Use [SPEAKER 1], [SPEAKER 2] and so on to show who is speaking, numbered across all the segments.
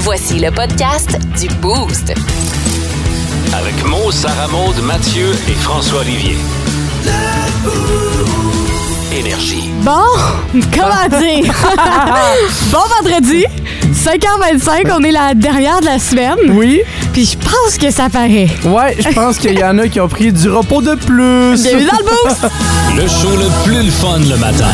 [SPEAKER 1] Voici le podcast du Boost.
[SPEAKER 2] Avec Mo, Sarah Maud, Mathieu et François Olivier. Énergie.
[SPEAKER 3] Bon, comment dire? bon vendredi, 5h25, on est la dernière de la semaine.
[SPEAKER 4] Oui,
[SPEAKER 3] Puis je pense que ça paraît.
[SPEAKER 4] ouais, je pense qu'il y en a qui ont pris du repos de plus.
[SPEAKER 3] Bienvenue dans le boost!
[SPEAKER 2] Le show le plus le fun le matin.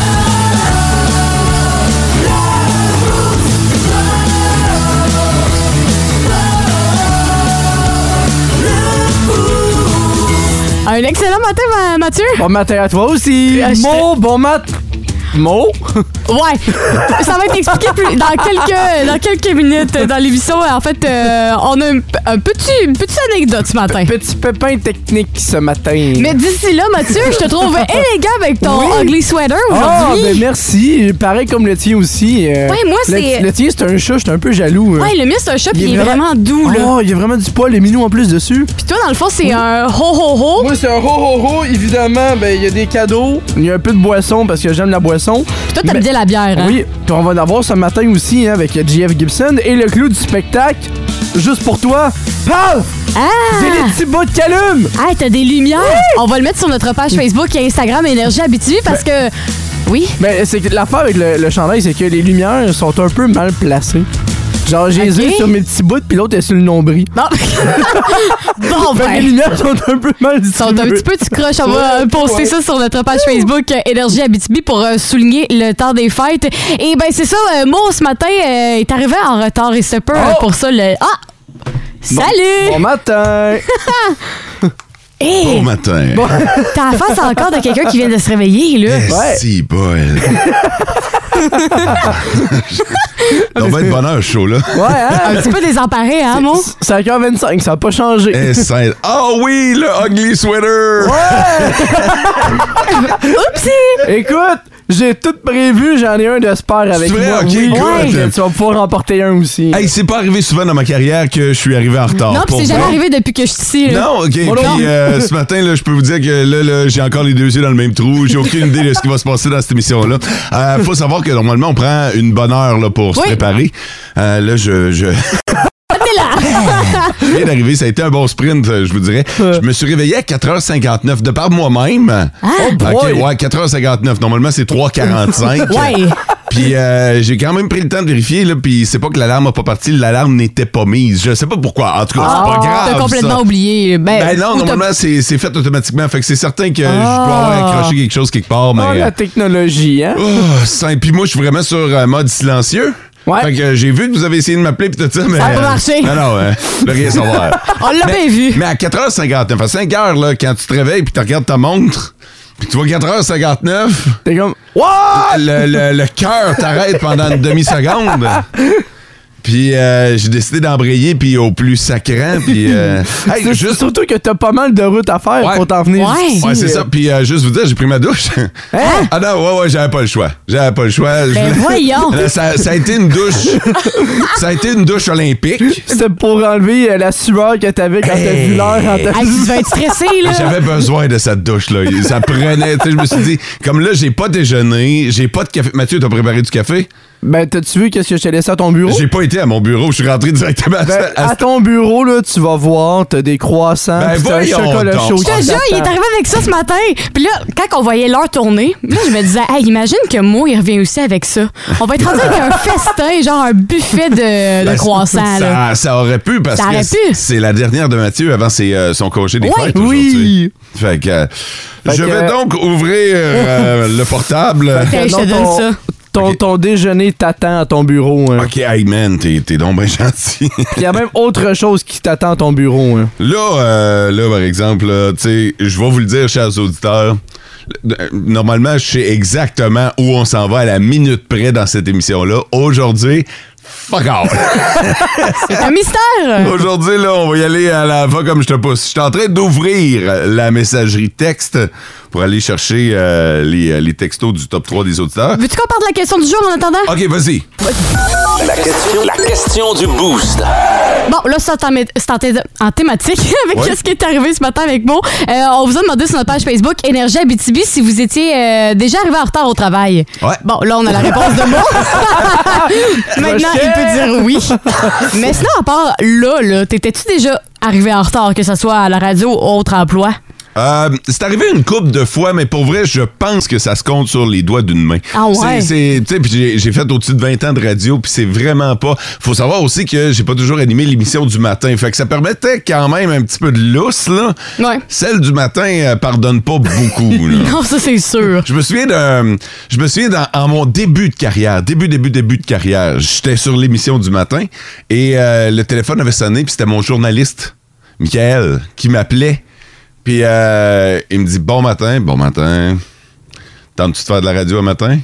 [SPEAKER 3] Un excellent matin, ma- Mathieu.
[SPEAKER 4] Bon matin à toi aussi.
[SPEAKER 3] Ah, je
[SPEAKER 4] Mo, bon mat. Mo?
[SPEAKER 3] Ouais. Ça va être expliqué plus- dans quelques, dans quelques minutes euh, dans l'émission. En fait, euh, on a un, un petit, une petite anecdote ce matin.
[SPEAKER 4] Petit pépin technique ce matin.
[SPEAKER 3] Mais d'ici là, Mathieu, je te trouve élégant avec ton
[SPEAKER 4] Oui.
[SPEAKER 3] ugly sweater
[SPEAKER 4] Ah,
[SPEAKER 3] aujourd'hui.
[SPEAKER 4] ben merci. Pareil comme le tien aussi. euh,
[SPEAKER 3] Ouais, moi,
[SPEAKER 4] le-
[SPEAKER 3] c'est-
[SPEAKER 4] Le, tien, c'est un chat, je suis un peu jaloux. hein.
[SPEAKER 3] Ouais, le mien, c'est un chat, puis
[SPEAKER 4] Il est
[SPEAKER 3] il est vraiment doux, là.
[SPEAKER 4] Oh, il y a vraiment du poil et minou en plus dessus.
[SPEAKER 3] Puis toi, dans le fond, c'est un ho-ho-ho.
[SPEAKER 4] Moi, c'est un ho-ho-ho. Évidemment, ben, il y a des cadeaux. Il y a un peu de boisson parce que j'aime la boisson.
[SPEAKER 3] Puis toi, t'aimes
[SPEAKER 4] Mais-
[SPEAKER 3] bien la bière, hein?
[SPEAKER 4] Oui, puis on va en avoir ce matin aussi hein, avec JF Gibson et le clou du spectacle. Juste pour toi, paf!
[SPEAKER 3] Ah!
[SPEAKER 4] C'est les petits bouts de calume!
[SPEAKER 3] Hey, t'as des lumières! On va le mettre sur notre page Facebook et Instagram Énergie Habituée parce
[SPEAKER 4] Ben.
[SPEAKER 3] que. Oui.
[SPEAKER 4] Mais Ben, c'est que l'affaire avec le, le chandail, c'est que les lumières sont un peu mal placées. Genre, j'ai les yeux
[SPEAKER 3] Ok.
[SPEAKER 4] sur mes petits bouts, puis l'autre est sur le nombril.
[SPEAKER 3] Bon. bon,
[SPEAKER 4] Fait que les
[SPEAKER 3] ben.
[SPEAKER 4] lumières sont un peu mal
[SPEAKER 3] Ils sont un petit peu du croche. On va euh, poster
[SPEAKER 4] Ouais.
[SPEAKER 3] ça sur notre page Facebook euh, Énergie Abitibi pour euh, souligner le temps des fêtes. Et ben c'est ça, euh, Mo, ce matin, euh, est arrivé en retard et se peut euh,
[SPEAKER 4] Oh!
[SPEAKER 3] pour ça le. Ah! Salut!
[SPEAKER 4] Bon matin!
[SPEAKER 3] Hey,
[SPEAKER 5] Au matin.
[SPEAKER 3] t'as la face encore de quelqu'un qui vient de se réveiller, là.
[SPEAKER 4] Ouais.
[SPEAKER 5] Si, boy. On va être bonheur, ce show-là.
[SPEAKER 4] Ah, Ouais, hein?
[SPEAKER 3] Un petit peu désemparé, hein, Mo?
[SPEAKER 4] 5h25, ça a pas changé.
[SPEAKER 5] Eh, c'est- Ah oui, le ugly sweater!
[SPEAKER 3] Oupsie!
[SPEAKER 4] Écoute, j'ai tout prévu, j'en ai un de sport avec
[SPEAKER 5] C'est vrai,
[SPEAKER 4] moi.
[SPEAKER 5] Ah, ok,
[SPEAKER 4] oui,
[SPEAKER 5] good.
[SPEAKER 4] Ouais. Tu vas pouvoir remporter un aussi.
[SPEAKER 5] Hey, c'est pas arrivé souvent dans ma carrière que je suis arrivé en retard.
[SPEAKER 3] Non, puis
[SPEAKER 5] pour
[SPEAKER 3] c'est jamais
[SPEAKER 5] vrai.
[SPEAKER 3] arrivé depuis que je suis ici, là.
[SPEAKER 5] Non, ok. Puis euh, ce matin, là, je peux vous dire que là, là, j'ai encore les deux yeux dans le même trou. J'ai aucune idée de ce qui va se passer dans cette émission-là. Euh, faut savoir que normalement, on prend une bonne heure là, pour
[SPEAKER 3] Oui.
[SPEAKER 5] se préparer. Euh, là, je, je
[SPEAKER 3] T'es là!
[SPEAKER 5] viens d'arriver. Ça a été un bon sprint, euh, je vous dirais. Je me suis réveillé à 4h59 de par moi-même.
[SPEAKER 3] Ah, oh
[SPEAKER 5] OK,
[SPEAKER 4] boy.
[SPEAKER 5] ouais, 4h59. Normalement, c'est 3h45.
[SPEAKER 3] Ouais.
[SPEAKER 5] Puis euh, j'ai quand même pris le temps de vérifier, là, puis c'est pas que l'alarme a pas parti, l'alarme n'était pas mise. Je sais pas pourquoi. En tout cas, c'est pas grave.
[SPEAKER 3] Ah, T'as complètement
[SPEAKER 5] ça.
[SPEAKER 3] oublié. Ben, ou
[SPEAKER 5] Ben non,
[SPEAKER 3] t'as-
[SPEAKER 5] normalement, c'est c'est fait automatiquement. Fait que c'est certain que je peux
[SPEAKER 3] Ah. Oh,
[SPEAKER 5] avoir accroché quelque chose quelque part,
[SPEAKER 4] Ah,
[SPEAKER 5] mais. euh,
[SPEAKER 4] la technologie, hein?
[SPEAKER 5] Oh, ça, puis moi, je suis vraiment sur euh, mode silencieux.
[SPEAKER 4] Ouais.
[SPEAKER 5] Fait que euh, j'ai vu que vous avez essayé de m'appeler pis tout ça, mais.
[SPEAKER 3] a pas
[SPEAKER 5] euh,
[SPEAKER 3] marché.
[SPEAKER 5] Non, non, euh, le rien savoir.
[SPEAKER 3] On l'a
[SPEAKER 5] Mais-
[SPEAKER 3] bien vu.
[SPEAKER 5] Mais à 4h59, à 5h, là, quand tu te réveilles puis tu regardes ta montre, puis tu vois 4h59,
[SPEAKER 4] T'es comme.
[SPEAKER 5] What? Le, le- le cœur t'arrête pendant une demi-seconde. Puis euh, j'ai décidé d'embrayer puis au plus sacrant puis euh, hey,
[SPEAKER 4] C'est
[SPEAKER 5] juste
[SPEAKER 4] surtout que t'as pas mal de routes à faire
[SPEAKER 5] Ouais.
[SPEAKER 4] pour t'en venir.
[SPEAKER 3] Ouais.
[SPEAKER 4] jusqu'ici.
[SPEAKER 5] Ouais, c'est ça. Puis euh, juste vous dire, j'ai pris ma douche.
[SPEAKER 4] Hein?
[SPEAKER 5] Ah non, ouais, ouais, j'avais pas le choix. J'avais pas le choix. Je
[SPEAKER 3] Ben
[SPEAKER 5] voulais-
[SPEAKER 3] voyons.
[SPEAKER 5] Là, ça, ça a été une douche. ça a été une douche olympique.
[SPEAKER 4] C'était pour enlever euh, la sueur que t'avais quand Ben, t'as vu l'heure. quand t'as-
[SPEAKER 3] Hey, tu vas être stressé, là.
[SPEAKER 5] Ah, J'avais besoin de cette douche-là. Ça prenait. tu sais, Je me suis dit, comme là, j'ai pas déjeuné, j'ai pas de café. Mathieu, t'as préparé du café?
[SPEAKER 4] Ben, t'as-tu vu qu'est-ce que je t'ai laissé à ton bureau?
[SPEAKER 5] J'ai pas été à mon bureau. Oh, Je suis rentré directement à,
[SPEAKER 4] Ben,
[SPEAKER 5] à-
[SPEAKER 4] à ton bureau, là, tu vas voir, t'as des croissants,
[SPEAKER 5] Ben,
[SPEAKER 4] pis t'as un
[SPEAKER 5] voyons
[SPEAKER 4] chocolat
[SPEAKER 5] donc.
[SPEAKER 4] chaud.
[SPEAKER 3] Je te jure, il est arrivé avec ça ce matin. Puis là, quand on voyait l'heure tourner, là, je me disais, hey, imagine que moi, il revient aussi avec ça. On va être rendu avec un festin, genre un buffet de, de
[SPEAKER 5] Ben,
[SPEAKER 3] croissants,
[SPEAKER 5] ça,
[SPEAKER 3] Euh, là.
[SPEAKER 5] ça aurait pu parce
[SPEAKER 3] Ça aurait
[SPEAKER 5] que
[SPEAKER 3] pu.
[SPEAKER 5] c'est la dernière de Mathieu avant ses, euh, son congé des
[SPEAKER 3] Ouais.
[SPEAKER 5] fêtes
[SPEAKER 4] Oui.
[SPEAKER 5] aujourd'hui. Fait que euh,
[SPEAKER 4] Fait
[SPEAKER 5] je
[SPEAKER 4] que,
[SPEAKER 5] vais
[SPEAKER 4] euh,
[SPEAKER 5] donc ouvrir euh, le portable.
[SPEAKER 3] Hey, je te
[SPEAKER 4] Non,
[SPEAKER 3] donne
[SPEAKER 4] ton-
[SPEAKER 3] ça.
[SPEAKER 4] Ton,
[SPEAKER 5] Ok.
[SPEAKER 4] ton déjeuner t'attend à ton bureau. Hein.
[SPEAKER 5] OK, hey man, t'es t'es donc bien gentil.
[SPEAKER 4] Puis y a même autre chose qui t'attend à ton bureau. Hein.
[SPEAKER 5] Là, euh, là, par exemple, là, tu sais, je vais vous le dire, chers auditeurs. le- euh, Normalement, je sais exactement où on s'en va à la minute près dans cette émission-là. Aujourd'hui, fuck off!
[SPEAKER 3] C'est un mystère.
[SPEAKER 5] Aujourd'hui, là, on va y aller à la va comme je te pousse. Je suis en train d'ouvrir la messagerie texte pour aller chercher euh, les, les textos du top 3 des auditeurs.
[SPEAKER 3] Veux-tu qu'on parle de la question du jour en attendant?
[SPEAKER 5] OK, vas-y.
[SPEAKER 2] La question, la question du boost.
[SPEAKER 3] Bon, là, c'est en, thé- c'est en thé- en thématique avec
[SPEAKER 5] Ouais.
[SPEAKER 3] ce qui est arrivé ce matin avec moi. on vous a demandé sur notre page Facebook Énergie Abitibi si vous étiez euh, déjà arrivé en retard au travail.
[SPEAKER 5] Ouais.
[SPEAKER 3] Bon, là, on a la réponse de moi.
[SPEAKER 4] Je vais
[SPEAKER 3] Maintenant, il peut dire oui. Mais sinon, à part là, là t'étais-tu déjà arrivé en retard, que ce soit à la radio ou autre emploi?
[SPEAKER 5] Euh, c'est arrivé une coupe de fois, mais pour vrai, je pense que ça se compte sur les doigts d'une main.
[SPEAKER 3] Ah ouais?
[SPEAKER 5] C'est- c'est- tu sais, puis j'ai- j'ai fait au-dessus de 20 ans de radio, puis c'est vraiment pas. Faut savoir aussi que j'ai pas toujours animé l'émission du matin, fait que ça permettait quand même un petit peu de lousse là.
[SPEAKER 3] Ouais.
[SPEAKER 5] Celle du matin euh, pardonne pas beaucoup. là.
[SPEAKER 3] Non, ça, c'est sûr.
[SPEAKER 5] Je me souviens d'un, je me souviens dans, en mon début de carrière, début début début de carrière, j'étais sur l'émission du matin et euh, le téléphone avait sonné puis c'était mon journaliste Michael qui m'appelait puis euh, il me dit bon matin, bon matin, tentes-tu de faire de la radio un matin?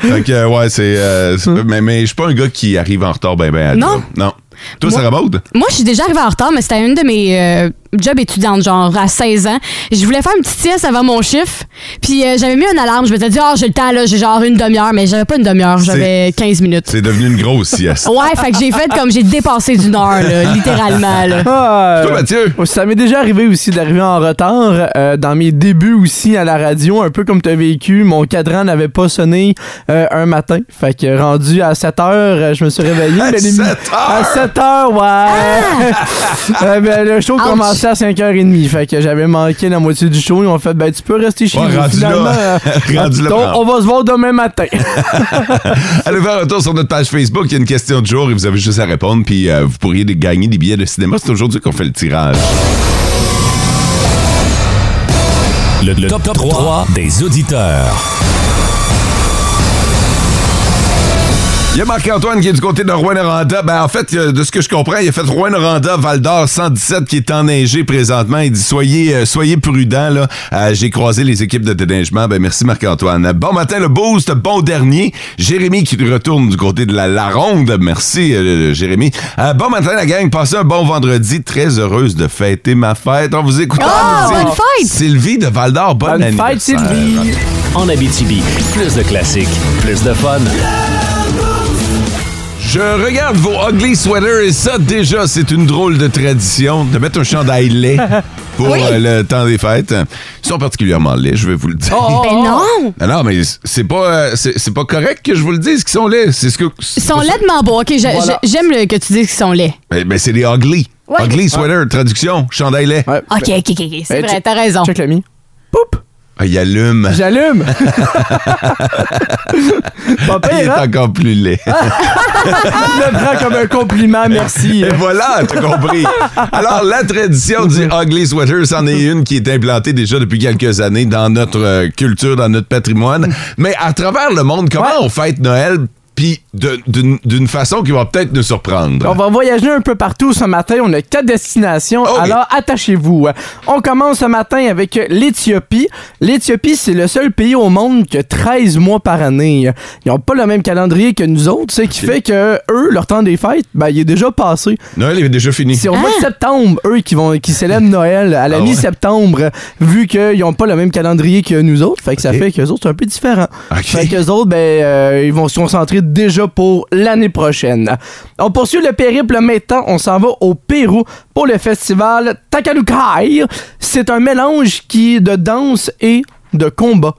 [SPEAKER 5] fait que, ouais, c'est. euh, c'est- mais mais je suis pas un gars qui arrive en retard, ben, ben, à la
[SPEAKER 3] Hum. Non.
[SPEAKER 5] job. Non. Toi,
[SPEAKER 3] Moi-
[SPEAKER 5] ça remonte?
[SPEAKER 3] Moi, je suis déjà arrivée en retard, mais c'était une de mes euh, jobs étudiantes, genre à 16 ans. Je voulais faire une petite sieste avant mon chiffre. Puis euh, j'avais mis une alarme. Je me suis dit, ah, j'ai le temps, là, j'ai genre une demi-heure. Mais j'avais pas une demi-heure, j'avais 15 minutes.
[SPEAKER 5] C'est devenu une grosse sieste.
[SPEAKER 3] Ouais, fait que j'ai fait comme j'ai dépassé d'une heure, là, littéralement. Là.
[SPEAKER 4] Ah,
[SPEAKER 5] Toi,
[SPEAKER 4] euh,
[SPEAKER 5] Mathieu?
[SPEAKER 4] Ça m'est déjà arrivé aussi d'arriver en retard. euh, dans mes débuts aussi à la radio, un peu comme tu as vécu, mon cadran n'avait pas sonné euh, un matin. Fait que rendu à 7 heures, euh, je me suis réveillé.
[SPEAKER 5] À
[SPEAKER 4] mais les-
[SPEAKER 5] 7 heures?
[SPEAKER 4] À 7 heures, ouais! Euh, ben, le show
[SPEAKER 3] Ah! Ouch.
[SPEAKER 4] commençait à 5h30. Fait que j'avais manqué la moitié du show. Ils ont fait, ben tu peux rester chez
[SPEAKER 5] Ouais,
[SPEAKER 4] vous.
[SPEAKER 5] rendu là.
[SPEAKER 4] Finalement,
[SPEAKER 5] Rendu là,
[SPEAKER 4] on-
[SPEAKER 5] prends.
[SPEAKER 4] on va se voir demain matin.
[SPEAKER 5] Allez faire un tour sur notre page Facebook. Il y a une question de jour et vous avez juste à répondre. Puis euh, vous pourriez gagner des billets de cinéma. C'est aujourd'hui qu'on fait le tirage.
[SPEAKER 2] Le, le top, 3, des auditeurs.
[SPEAKER 5] Il y a Marc-Antoine qui est du côté de Rouen-Noranda. Ben, en fait, euh, de ce que je comprends, il a fait Rouen-Noranda, Val-d'Or 117 qui est enneigé présentement. Il dit soyez, euh, soyez prudents. là. Euh, J'ai croisé les équipes de déneigement. Ben, merci Marc-Antoine. Euh, Bon matin, le boost. Bon dernier. Jérémy qui retourne du côté de la, la ronde. Merci, euh, Jérémy. Euh, bon matin, la gang. Passez un bon vendredi. Très heureuse de fêter ma fête. On vous écoute.
[SPEAKER 3] Ah, bonne fête!
[SPEAKER 5] Sylvie de Val-d'Or, bonne,
[SPEAKER 4] Bonne fête,
[SPEAKER 5] anniversaire.
[SPEAKER 4] Sylvie.
[SPEAKER 2] En Abitibi, plus de classiques, plus de fun.
[SPEAKER 5] Je regarde vos ugly sweaters et ça, déjà, c'est une drôle de tradition de mettre un chandail laid pour
[SPEAKER 3] Oui.
[SPEAKER 5] euh, le temps des fêtes. Ils sont particulièrement laids, je vais vous le dire.
[SPEAKER 4] Oh!
[SPEAKER 5] Ah
[SPEAKER 3] Ben non!
[SPEAKER 5] Non, non, mais c'est pas, euh, c'est c'est pas correct que je vous le dise qu'ils sont laids. C'est ce que.
[SPEAKER 3] Ils sont laids de mambo. OK, je-
[SPEAKER 4] Voilà.
[SPEAKER 3] je- j'aime le- que tu dises qu'ils sont laids.
[SPEAKER 5] Mais, mais c'est des ugly.
[SPEAKER 3] Ouais.
[SPEAKER 5] Ugly sweater, traduction, chandail laid.
[SPEAKER 4] Ouais.
[SPEAKER 3] OK, OK, OK, OK, c'est
[SPEAKER 4] Ben,
[SPEAKER 3] vrai,
[SPEAKER 4] check-
[SPEAKER 3] t'as raison.
[SPEAKER 4] Check l'ami. Poup!
[SPEAKER 5] Ah, il allume.
[SPEAKER 4] J'allume! Pas
[SPEAKER 5] Ah, il est
[SPEAKER 4] pire, hein?
[SPEAKER 5] encore plus laid.
[SPEAKER 4] Je le prends comme un compliment, merci.
[SPEAKER 5] Et voilà, t'as compris. Alors, la tradition du ugly sweater, c'en est une qui est implantée déjà depuis quelques années dans notre euh, culture, dans notre patrimoine. Mais à travers le monde, comment on fête Noël, puis de- d'une d'une façon qui va peut-être nous
[SPEAKER 4] On
[SPEAKER 5] surprendre?
[SPEAKER 4] va voyager un peu partout ce matin. On a quatre destinations,
[SPEAKER 5] Oh oui.
[SPEAKER 4] alors attachez-vous. On commence ce matin avec l'Éthiopie. L'Éthiopie, c'est le seul pays au monde qui a 13 mois par année. Ils n'ont pas le même calendrier que nous autres, ce qui fait que eux, leur temps des fêtes, ben, il est déjà passé.
[SPEAKER 5] Noël est déjà fini.
[SPEAKER 4] C'est au
[SPEAKER 3] Ah!
[SPEAKER 4] mois de septembre, eux, qui, vont, qui célèbrent Noël à la
[SPEAKER 5] Ah ouais.
[SPEAKER 4] mi-septembre, vu qu'ils n'ont pas le même calendrier que nous autres. Fait que ça
[SPEAKER 5] Ok.
[SPEAKER 4] fait qu'eux autres, c'est un peu différent.
[SPEAKER 5] Ok.
[SPEAKER 4] Fait qu'eux autres, ben, euh, ils vont se concentrer déjà pour l'année prochaine. On poursuit le périple maintenant. On s'en va au Pérou pour le festival Takalukai. C'est un mélange qui est de danse et de combat.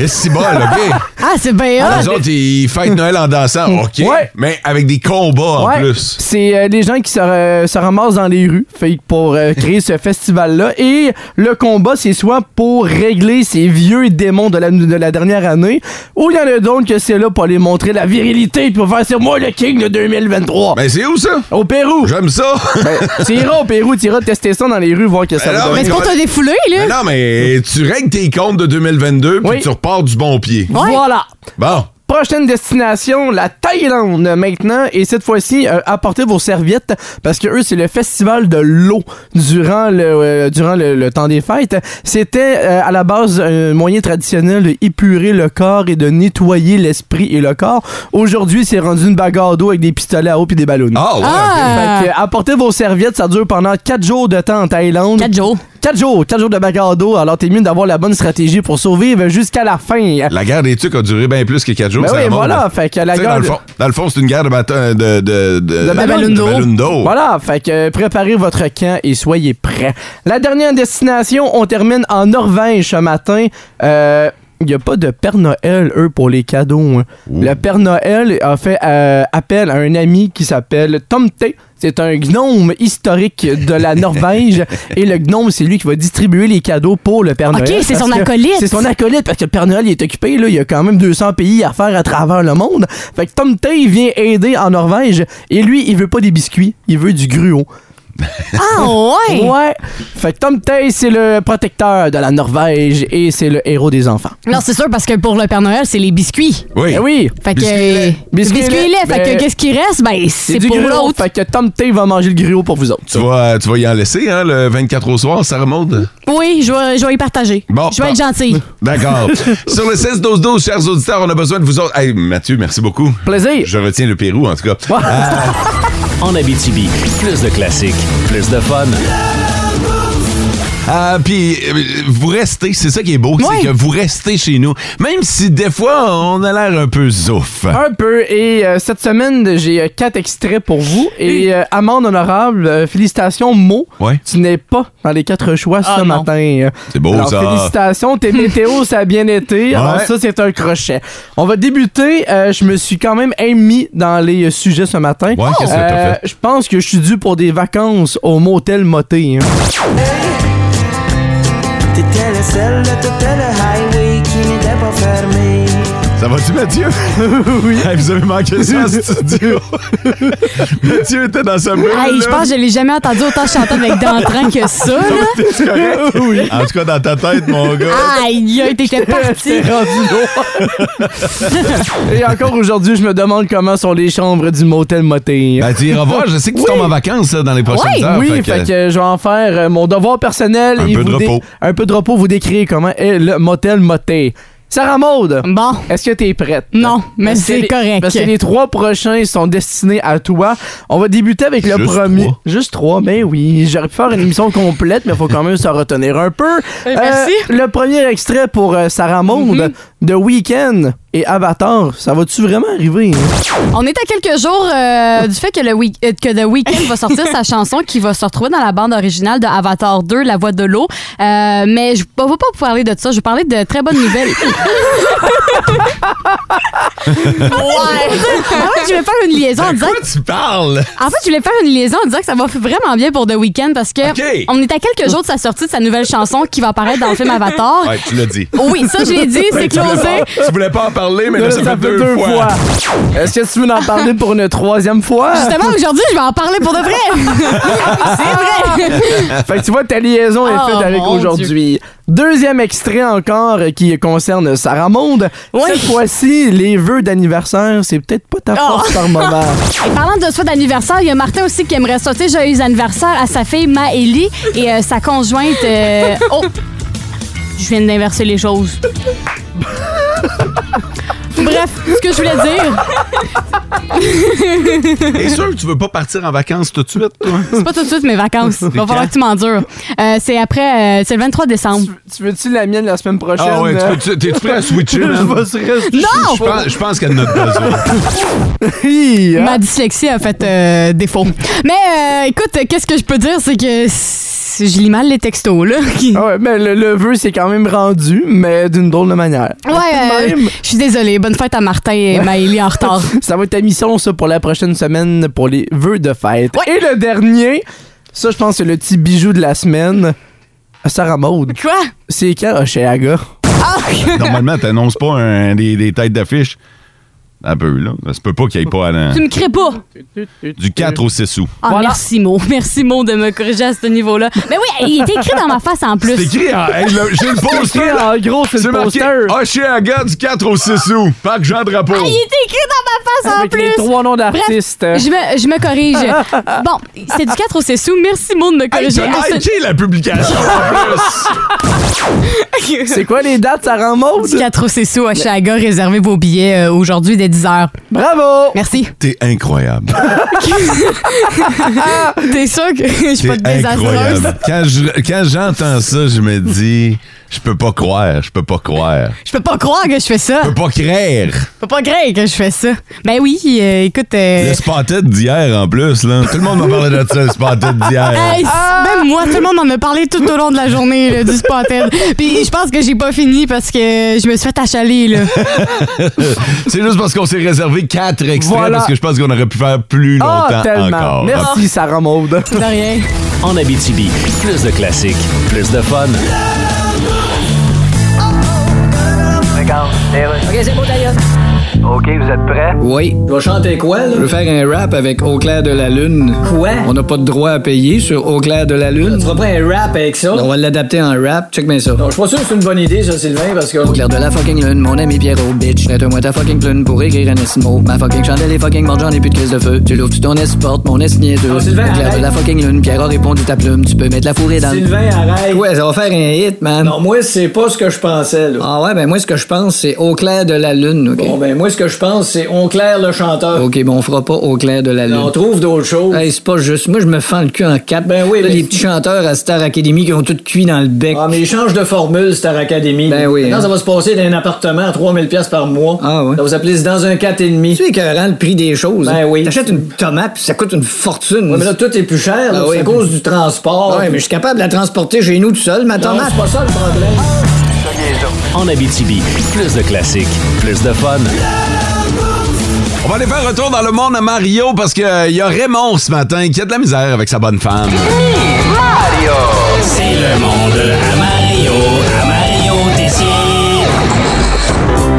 [SPEAKER 5] Et c'est bon, OK?
[SPEAKER 3] Ah, c'est bien hot.
[SPEAKER 5] Les autres, ils fêtent Noël en dansant, OK?
[SPEAKER 4] Ouais.
[SPEAKER 5] Mais avec des combats en
[SPEAKER 4] Ouais,
[SPEAKER 5] plus.
[SPEAKER 4] C'est euh, les gens qui se, ra- se ramassent dans les rues fait que pour euh, créer ce festival-là. Et le combat, c'est soit pour régler ces vieux démons de la, de la dernière année, ou il y en a d'autres que c'est là pour aller montrer la virilité et pour faire c'est moi le king de 2023.
[SPEAKER 5] Mais c'est où ça?
[SPEAKER 4] au Pérou!
[SPEAKER 5] J'aime ça! Ben
[SPEAKER 4] Ben, tu iras au Pérou, tu iras tester ça dans les rues, voir que ça
[SPEAKER 5] Alors,
[SPEAKER 4] va
[SPEAKER 3] Mais
[SPEAKER 4] donner.
[SPEAKER 3] c'est pour te défouler, là.
[SPEAKER 5] Mais Ben non, mais tu règles tes comptes de 2022 puis
[SPEAKER 4] Oui.
[SPEAKER 5] tu repars du bon pied.
[SPEAKER 3] Ouais.
[SPEAKER 4] Voilà!
[SPEAKER 5] Bon.
[SPEAKER 4] Prochaine destination, la Thaïlande maintenant. Et cette fois-ci, euh, apportez vos serviettes parce que eux, c'est le festival de l'eau durant le euh, durant le, le temps des fêtes. C'était euh, à la base un moyen traditionnel de épurer le corps et de nettoyer l'esprit et le corps. Aujourd'hui, c'est rendu une bagarre d'eau avec des pistolets à eau et des ballons.
[SPEAKER 5] Ah, ouais, ok.
[SPEAKER 3] Ah!
[SPEAKER 4] Fait que, apportez vos serviettes, ça dure pendant 4 jours de temps en Thaïlande.
[SPEAKER 3] Quatre jours.
[SPEAKER 4] 4 jours, 4 jours de bagarre d'eau. Alors, t'es mieux d'avoir la bonne stratégie pour survivre jusqu'à la fin.
[SPEAKER 5] La guerre des tucs a duré bien plus que 4 jours.
[SPEAKER 4] Ben
[SPEAKER 5] ça
[SPEAKER 4] oui,
[SPEAKER 5] remonte.
[SPEAKER 4] voilà, fait que la
[SPEAKER 5] Tu sais,
[SPEAKER 4] guerre-
[SPEAKER 5] Dans le fond, dans le fond, c'est une guerre de bata- de, de, de, de
[SPEAKER 4] ballon
[SPEAKER 5] de
[SPEAKER 4] d'eau.
[SPEAKER 5] ballon d'eau.
[SPEAKER 4] Voilà, fait que euh, préparez votre camp et soyez prêts. La dernière destination, on termine en Norvège ce matin. Euh, il n'y a pas de Père Noël, eux, pour les cadeaux. hein. Le Père Noël a fait euh, appel à un ami qui s'appelle Tom T. C'est un gnome historique de la Norvège. et le gnome, c'est lui qui va distribuer les cadeaux pour le Père
[SPEAKER 3] Ok,
[SPEAKER 4] Noël.
[SPEAKER 3] c'est
[SPEAKER 4] parce
[SPEAKER 3] son
[SPEAKER 4] que-
[SPEAKER 3] acolyte.
[SPEAKER 4] C'est son acolyte, parce que le Père Noël, il est occupé. Là. Il y a quand même 200 pays à faire à travers le monde. Fait que Tom T vient aider en Norvège. Et lui, il veut pas des biscuits, il veut du gruau.
[SPEAKER 3] Ah ouais!
[SPEAKER 4] Ouais. Fait que Tom Tay, c'est le protecteur de la Norvège et c'est le héros des enfants.
[SPEAKER 3] Non, c'est sûr, parce que pour le Père Noël, c'est les biscuits.
[SPEAKER 5] Oui.
[SPEAKER 4] Eh oui.
[SPEAKER 3] Fait que.
[SPEAKER 5] Biscuits et lait.
[SPEAKER 4] Biscuits et
[SPEAKER 3] Biscuits et lait.
[SPEAKER 4] lait.
[SPEAKER 3] Fait que
[SPEAKER 4] Ben,
[SPEAKER 3] qu'est-ce qui reste? Ben, c'est
[SPEAKER 4] du
[SPEAKER 3] pour
[SPEAKER 4] gruau.
[SPEAKER 3] l'autre.
[SPEAKER 4] Fait que Tom Tay va manger le gruau pour vous autres.
[SPEAKER 5] Tu vas, tu vas y en laisser, hein, le 24 au soir, ça remonte?
[SPEAKER 3] Oui, je vais, je vais y partager.
[SPEAKER 5] Bon,
[SPEAKER 3] je vais
[SPEAKER 5] bon.
[SPEAKER 3] être gentille.
[SPEAKER 5] D'accord. Sur le 16-12-12, chers auditeurs, on a besoin de vous autres. Hey, Mathieu, merci beaucoup.
[SPEAKER 4] Plaisir.
[SPEAKER 5] Je retiens le Pérou, en tout cas. Euh,
[SPEAKER 2] En Abitibi, plus de classiques, plus de fun.
[SPEAKER 5] Ah, puis euh, vous restez, c'est ça qui est beau,
[SPEAKER 3] Ouais.
[SPEAKER 5] c'est que vous restez chez nous, même si des fois on a l'air un peu zouf.
[SPEAKER 2] Ah.
[SPEAKER 4] Un peu. Et euh, cette semaine, j'ai euh, quatre extraits pour vous. Et euh, amende honorable, euh, félicitations, mot.
[SPEAKER 5] Ouais.
[SPEAKER 4] Tu n'es pas dans les quatre choix
[SPEAKER 3] Ah,
[SPEAKER 4] ce
[SPEAKER 3] non.
[SPEAKER 4] matin.
[SPEAKER 5] C'est beau,
[SPEAKER 4] Alors,
[SPEAKER 5] ça.
[SPEAKER 4] Félicitations, tes météos, ça a bien été. Alors,
[SPEAKER 5] Ouais.
[SPEAKER 4] ça, c'est un crochet. On va débuter. Euh, je me suis quand même émis dans les euh, sujets ce matin.
[SPEAKER 5] Ouais, qu'est-ce que t'as
[SPEAKER 4] Euh,
[SPEAKER 5] fait?
[SPEAKER 4] Je pense que je suis dû pour des vacances au motel moté. hein.
[SPEAKER 6] T'étais la seule, t'étais le highway qui n'était pas fermé.
[SPEAKER 5] Ça va-tu, Mathieu? oui. vous avez manqué ça en studio. Mathieu était dans sa bulle.
[SPEAKER 3] Hey, je
[SPEAKER 5] là.
[SPEAKER 3] pense que je l'ai jamais entendu autant chanter avec d'entrain que ça, là.
[SPEAKER 5] C'est correct? En tout cas, dans ta tête, mon
[SPEAKER 7] Ah.
[SPEAKER 5] gars.
[SPEAKER 3] Aïe, aïe, t'étais parti.
[SPEAKER 4] C'est rendu lourd. Et encore aujourd'hui, je me demande comment sont les chambres du motel moté.
[SPEAKER 5] Ben, tu iras voir, je sais que tu
[SPEAKER 4] Oui.
[SPEAKER 5] tombes en vacances là, dans les prochaines
[SPEAKER 3] Ouais,
[SPEAKER 5] heures.
[SPEAKER 4] oui, fait que, je vais en faire euh, mon devoir personnel.
[SPEAKER 5] Un
[SPEAKER 4] et
[SPEAKER 5] peu
[SPEAKER 4] vous
[SPEAKER 5] de
[SPEAKER 4] dé-
[SPEAKER 5] repos.
[SPEAKER 4] Un peu de repos, vous décrire comment est le motel moté. Sarah Maude,
[SPEAKER 3] Bon.
[SPEAKER 4] est-ce que t'es prête?
[SPEAKER 3] Non, mais
[SPEAKER 4] Parce que
[SPEAKER 3] c'est
[SPEAKER 4] les-
[SPEAKER 3] correct.
[SPEAKER 4] Parce que les trois prochains sont destinés à toi. On va débuter avec le
[SPEAKER 5] Juste
[SPEAKER 4] premier.
[SPEAKER 5] trois?
[SPEAKER 4] Juste trois, ben oui. J'aurais pu faire une émission complète, mais il faut quand même se retenir un peu.
[SPEAKER 3] Eh,
[SPEAKER 4] Euh,
[SPEAKER 3] merci. Mm-hmm.
[SPEAKER 4] Le premier extrait pour euh, Sarah Monde de Weekend et Avatar. Ça va-tu vraiment arriver? hein?
[SPEAKER 3] On est à quelques jours euh, du fait que, le week- euh, que The Weeknd va sortir sa chanson qui va se retrouver dans la bande originale de Avatar 2, La Voix de l'eau. Euh, mais je ne vais pas vous parler de ça. Je vais parler de très bonnes nouvelles. Ah ouais. En fait, je vais faire une liaison en
[SPEAKER 5] De
[SPEAKER 3] disant
[SPEAKER 5] quoi Ben, tu parles?
[SPEAKER 3] en fait, je voulais faire une liaison en disant que ça va vraiment bien pour The Weeknd parce que
[SPEAKER 5] Ok.
[SPEAKER 3] on est à quelques jours de sa sortie de sa nouvelle chanson qui va apparaître dans le film Avatar.
[SPEAKER 5] Ouais, tu l'as dit. Ben,
[SPEAKER 3] Oui, ça je l'ai dit, c'est
[SPEAKER 5] Tu voulais,
[SPEAKER 3] closé.
[SPEAKER 5] pas, tu voulais pas en parler, mais là, ça, fait, deux, fois.
[SPEAKER 4] Est-ce que tu veux en parler pour une troisième fois?
[SPEAKER 3] Justement, aujourd'hui, je vais en parler pour de vrai. c'est vrai.
[SPEAKER 4] Fait que tu vois, ta liaison est
[SPEAKER 3] Oh,
[SPEAKER 4] faite avec
[SPEAKER 3] mon
[SPEAKER 4] aujourd'hui. Deuxième extrait encore euh, qui concerne Sarah Monde.
[SPEAKER 3] Oui.
[SPEAKER 4] Cette fois-ci, les vœux d'anniversaire, c'est peut-être pas ta
[SPEAKER 3] Oh.
[SPEAKER 4] force par moment.
[SPEAKER 3] Et parlant de souhait d'anniversaire, il y a Martin aussi qui aimerait sauter joyeux anniversaire à sa fille Maëlie et euh, sa conjointe. euh, Oh! Je viens d'inverser les choses. Bref, ce que je voulais dire,
[SPEAKER 5] T'es sûr que tu veux pas partir en vacances tout de suite, toi?
[SPEAKER 3] c'est pas tout de suite mes vacances. Va falloir que tu m'endures. Euh, c'est après, euh, c'est le 23 décembre.
[SPEAKER 4] tu veux-tu la mienne la semaine prochaine?
[SPEAKER 5] Ah ouais, tu- tu- t'es-tu prêt à switcher,
[SPEAKER 4] Je
[SPEAKER 5] man?
[SPEAKER 4] vais se rester-
[SPEAKER 3] Non!
[SPEAKER 5] Je pense, je pense qu'elle en a besoin.
[SPEAKER 4] Hi, hein?
[SPEAKER 3] Ma dyslexie a fait euh, défaut. Mais euh, écoute, qu'est-ce que je peux dire, c'est que c- je lis mal les textos là.
[SPEAKER 4] Ah ouais, mais le, le vœu, c'est quand même rendu, mais d'une drôle de manière.
[SPEAKER 3] Ouais, euh,
[SPEAKER 4] Même.
[SPEAKER 3] je suis désolée. Bonne fête à Martin et Maëlie en retard.
[SPEAKER 4] Ça va être ta mission, ça, pour la prochaine semaine, pour les vœux de fête. Et le dernier, ça, je pense, c'est le petit bijou de la semaine. Euh, Sarah Maud.
[SPEAKER 3] Quoi?
[SPEAKER 4] C'est quand Oshéaga?
[SPEAKER 5] Normalement, t'annonces pas un- des, des têtes d'affiche. Un peu, là. Ça se peut pas qu'il y ait pas à-
[SPEAKER 3] Tu me crées pas.
[SPEAKER 5] du 4 au 6 sous.
[SPEAKER 3] Ah, merci, Mo. Merci, Mo, de me corriger à ce niveau-là. Mais oui, il est écrit dans ma face en
[SPEAKER 5] C'est
[SPEAKER 3] plus.
[SPEAKER 5] écrit en. Hey, là, j'ai le poster! là.
[SPEAKER 4] En gros, c'est
[SPEAKER 5] C'est
[SPEAKER 4] le
[SPEAKER 5] marqué Ah,
[SPEAKER 4] poster.
[SPEAKER 5] Oshéaga du 4 au 6 sous. Parc Jean Drapeau.
[SPEAKER 3] Ah, il est écrit dans ma face en
[SPEAKER 4] Avec les
[SPEAKER 3] plus.
[SPEAKER 4] trois noms d'artistes.
[SPEAKER 3] Je me, je me corrige. Bon, c'est du 4 au 6 sous. Merci, Mo, de me
[SPEAKER 5] Hey,
[SPEAKER 3] corriger. à
[SPEAKER 5] t'as
[SPEAKER 3] ce-
[SPEAKER 5] liké la publication en plus!
[SPEAKER 4] C'est quoi les dates, Sarah Maud?
[SPEAKER 3] Du 4 au 6 sous à Chaga, réservez vos billets euh, aujourd'hui dès 10h.
[SPEAKER 4] Bravo!
[SPEAKER 3] Merci.
[SPEAKER 5] T'es incroyable.
[SPEAKER 3] T'es sûr que je suis pas
[SPEAKER 5] T'es
[SPEAKER 3] désastreuse?
[SPEAKER 5] incroyable. Quand je- quand j'entends ça, je me dis Je peux pas croire, je peux pas croire.
[SPEAKER 3] Je peux pas croire que je fais ça.
[SPEAKER 5] Je peux pas craire.
[SPEAKER 3] Je peux pas croire que je fais ça. Ben oui, euh, écoute. euh,
[SPEAKER 5] Le spotted d'hier en plus, là. Tout le monde m'a parlé de ça, le spotted d'hier.
[SPEAKER 3] Hey,
[SPEAKER 4] Ah!
[SPEAKER 3] Même moi, tout le monde en a parlé tout au long de la journée là, du Spotted. Puis je pense que j'ai pas fini parce que je me suis fait achaler. Là.
[SPEAKER 5] C'est juste parce qu'on s'est réservé quatre extraits
[SPEAKER 4] Voilà.
[SPEAKER 5] parce que je pense qu'on aurait pu faire plus
[SPEAKER 4] Ah,
[SPEAKER 5] longtemps
[SPEAKER 4] tellement.
[SPEAKER 5] encore.
[SPEAKER 4] Merci, Sarah Maude.
[SPEAKER 3] De rien.
[SPEAKER 2] En Abitibi, plus de classiques, plus de fun.
[SPEAKER 8] Oui.
[SPEAKER 9] Tu vas chanter quoi, là?
[SPEAKER 8] Je veux faire un rap avec Au clair de la lune.
[SPEAKER 9] Quoi?
[SPEAKER 8] On n'a pas de droit à payer sur Au clair de la lune.
[SPEAKER 9] Tu feras pas un rap avec ça?
[SPEAKER 8] On va l'adapter en rap. Check bien ça.
[SPEAKER 9] Non, je suis pas sûr que c'est une bonne idée, ça, Sylvain, parce que...
[SPEAKER 8] Au clair de la fucking lune, mon ami Pierrot, bitch. Jette-moi ta fucking plume pour écrire un esmo. Ma fucking chandelle est fucking morte, j'en ai plus de crise de feu. Tu l'ouvres, tu ton porte, mon es niaiseux.
[SPEAKER 9] Oh, Sylvain,
[SPEAKER 8] Au clair de
[SPEAKER 9] arrête.
[SPEAKER 8] la fucking lune, Pierrot répond de ta plume. Tu peux mettre la fourrée dans le...
[SPEAKER 9] Sylvain, arrête.
[SPEAKER 8] Ouais, ça va faire un hit, man.
[SPEAKER 9] Non, moi, c'est pas ce que je pensais, là.
[SPEAKER 8] Ah ouais, ben moi, ce que je pense, c'est Au clair de la lune, OK?
[SPEAKER 9] Bon, ben, moi, ce que je pense, c'est On Claire le chanteur.
[SPEAKER 8] OK, bon, on fera pas Au clair de la lune.
[SPEAKER 9] Là, on trouve d'autres choses.
[SPEAKER 8] Hey, c'est pas juste. Moi, je me fends le cul en quatre.
[SPEAKER 9] Ben oui,
[SPEAKER 8] Là,
[SPEAKER 9] mais-
[SPEAKER 8] Les petits chanteurs à Star Academy qui ont tout cuit dans le bec.
[SPEAKER 9] Ah, mais ils changent de formule, Star Academy.
[SPEAKER 8] Ben oui,
[SPEAKER 9] Maintenant,
[SPEAKER 8] hein.
[SPEAKER 9] ça va se passer d'un appartement à 3000 pièces par mois.
[SPEAKER 8] Ah ouais.
[SPEAKER 9] Ça va s'appeler dans un 4,5.
[SPEAKER 8] Tu es écœurant le prix des choses.
[SPEAKER 9] Ben
[SPEAKER 8] hein.
[SPEAKER 9] oui.
[SPEAKER 8] T'achètes une tomate, puis ça coûte une fortune.
[SPEAKER 9] Ouais, mais là, tout est plus cher, là.
[SPEAKER 8] Ah
[SPEAKER 9] c'est
[SPEAKER 8] oui.
[SPEAKER 9] à cause du transport.
[SPEAKER 8] Ouais, mais je suis capable de la transporter chez nous tout seul, ma
[SPEAKER 9] Non,
[SPEAKER 8] tomate.
[SPEAKER 9] c'est pas ça le problème.
[SPEAKER 2] En Abitibi, plus de classiques, plus de fun.
[SPEAKER 5] On va aller faire un tour dans le monde à Mario parce qu'il y a Raymond ce matin qui a de la misère avec sa bonne femme.
[SPEAKER 2] C'est le monde à Mario, à Mario Tessier.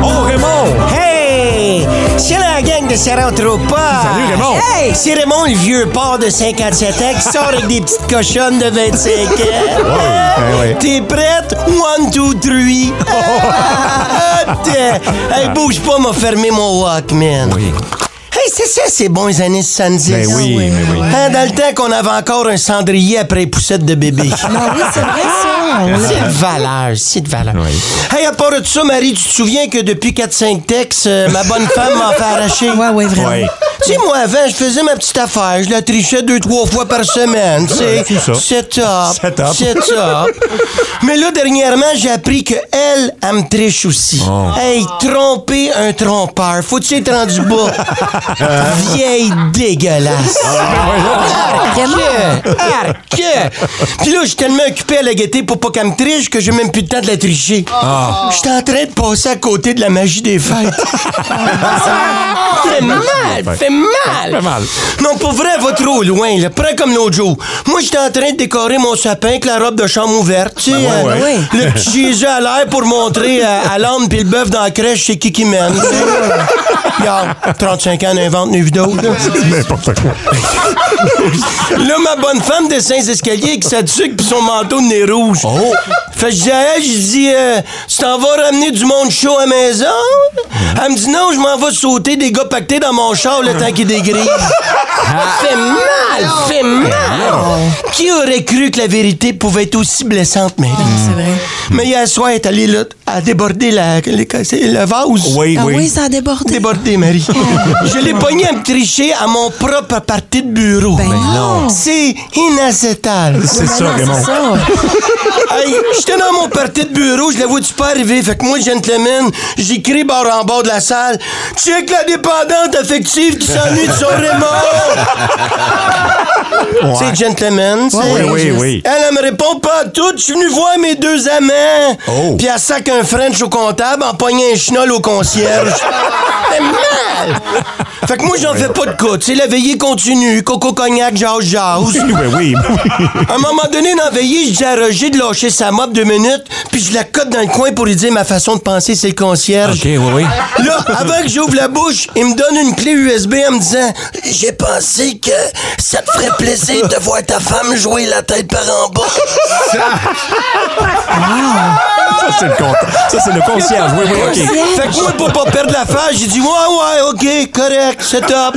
[SPEAKER 10] Oh Raymond! Hey! C'est la gang de Sarantropa! Salut Raymond! Hey! C'est Raymond le vieux porc de 57 ans qui sort avec des petites cochonnes de 25 ans.
[SPEAKER 5] ben ouais.
[SPEAKER 10] T'es prête? One, two, three! Ah, t'es- hey, bouge pas, m'a fermé mon Walkman. Oui. Hey, c'est ça, ces bons années 70.
[SPEAKER 5] Ben oui, Ah oui, ben oui.
[SPEAKER 10] Hein, dans le temps qu'on avait encore un cendrier après les poussettes de bébé.
[SPEAKER 11] Ben c'est vrai
[SPEAKER 5] Ah,
[SPEAKER 11] ça.
[SPEAKER 10] Ah C'est de valeur, c'est de valeur. Hey, à part de ça, Marie, tu te souviens que depuis 4-5 textes, euh, ma bonne femme m'a fait arracher?
[SPEAKER 11] Ouais, ouais, vraiment.
[SPEAKER 10] Tu sais, moi, avant, je faisais ma petite affaire. Je la trichais deux, trois fois par semaine. Tu sais, c'est top. C'est top. Mais là, dernièrement, j'ai appris que elle, elle me triche aussi.
[SPEAKER 11] Oh.
[SPEAKER 10] Hey, tromper un trompeur. Faut-tu être rendu bas? Vieille dégueulasse. Arque! Arque! Puis là, je suis tellement occupé à la guetter pour pas qu'elle me triche que j'ai même plus le temps de la tricher. Je suis en train de passer à côté de la magie des fêtes. Fait mal, fait mal. Non, pour vrai, elle va trop loin. Là. Prends comme l'autre jour. Moi, j'étais en train de décorer mon sapin avec la robe de chambre ouverte. tu sais, euh, Le petit Jésus à l'air pour montrer euh, à l'âme puis le bœuf dans la crèche c'est qui qui mène. tu sais. Regarde, 35 ans d'invente nu d'autres. Là, ma bonne femme de Saint-Escalier avec sa tuque puis son manteau de nez rouge. Fait que je dis à elle, je dis, euh, tu t'en vas ramener du monde chaud à la maison? Elle me dit, non, je m'en vais sauter des gars pactés dans mon char le temps qu'il dégrise. fait mal, Ah, fait mal. Qui aurait cru que la vérité pouvait être aussi blessante, mais...
[SPEAKER 11] Ah, C'est vrai.
[SPEAKER 10] Mais hier soir, elle est allée là, à déborder la, le, le vase.
[SPEAKER 11] Ah oui, ça a débordé.
[SPEAKER 10] Débordé, Marie. Je l'ai pogné à me tricher à mon propre parti de bureau.
[SPEAKER 11] Ben non.
[SPEAKER 10] C'est inacceptable. Ben
[SPEAKER 11] C'est ça, Raymond.
[SPEAKER 10] Hey, j'étais dans mon parti de bureau, je la vois-tu pas arriver. Fait que moi, gentleman, j'écris bord en bord de la salle. Check la dépendante affective qui s'ennuie de son Raymond! C'est gentleman, c'est.
[SPEAKER 11] oui, oui.
[SPEAKER 10] Elle, elle me répond pas à tout. Je suis venu voir mes deux amants. Puis elle sac un French au comptable en pognant un chenol au concierge. C'est mal! Fait que moi, j'en fais pas de coup. C'est la veillée continue. Coco cognac, jase, jase. À un moment donné, dans la veillée, je dis à Roger de lâcher sa mop deux minutes, puis je la cote dans le coin pour lui dire ma façon de penser, c'est le concierge. Là, avant que j'ouvre la bouche, il me donne une clé USB en me disant J'ai pensé que ça te ferait plaisir de Ah! voir ta femme jouer la tête par en bas.
[SPEAKER 12] ça, c'est le compte. Ça, c'est le concierge. Oui, oui, OK.
[SPEAKER 10] Fait que moi, pour pas perdre la face, j'ai dit, ouais, ouais, OK, correct, c'est top.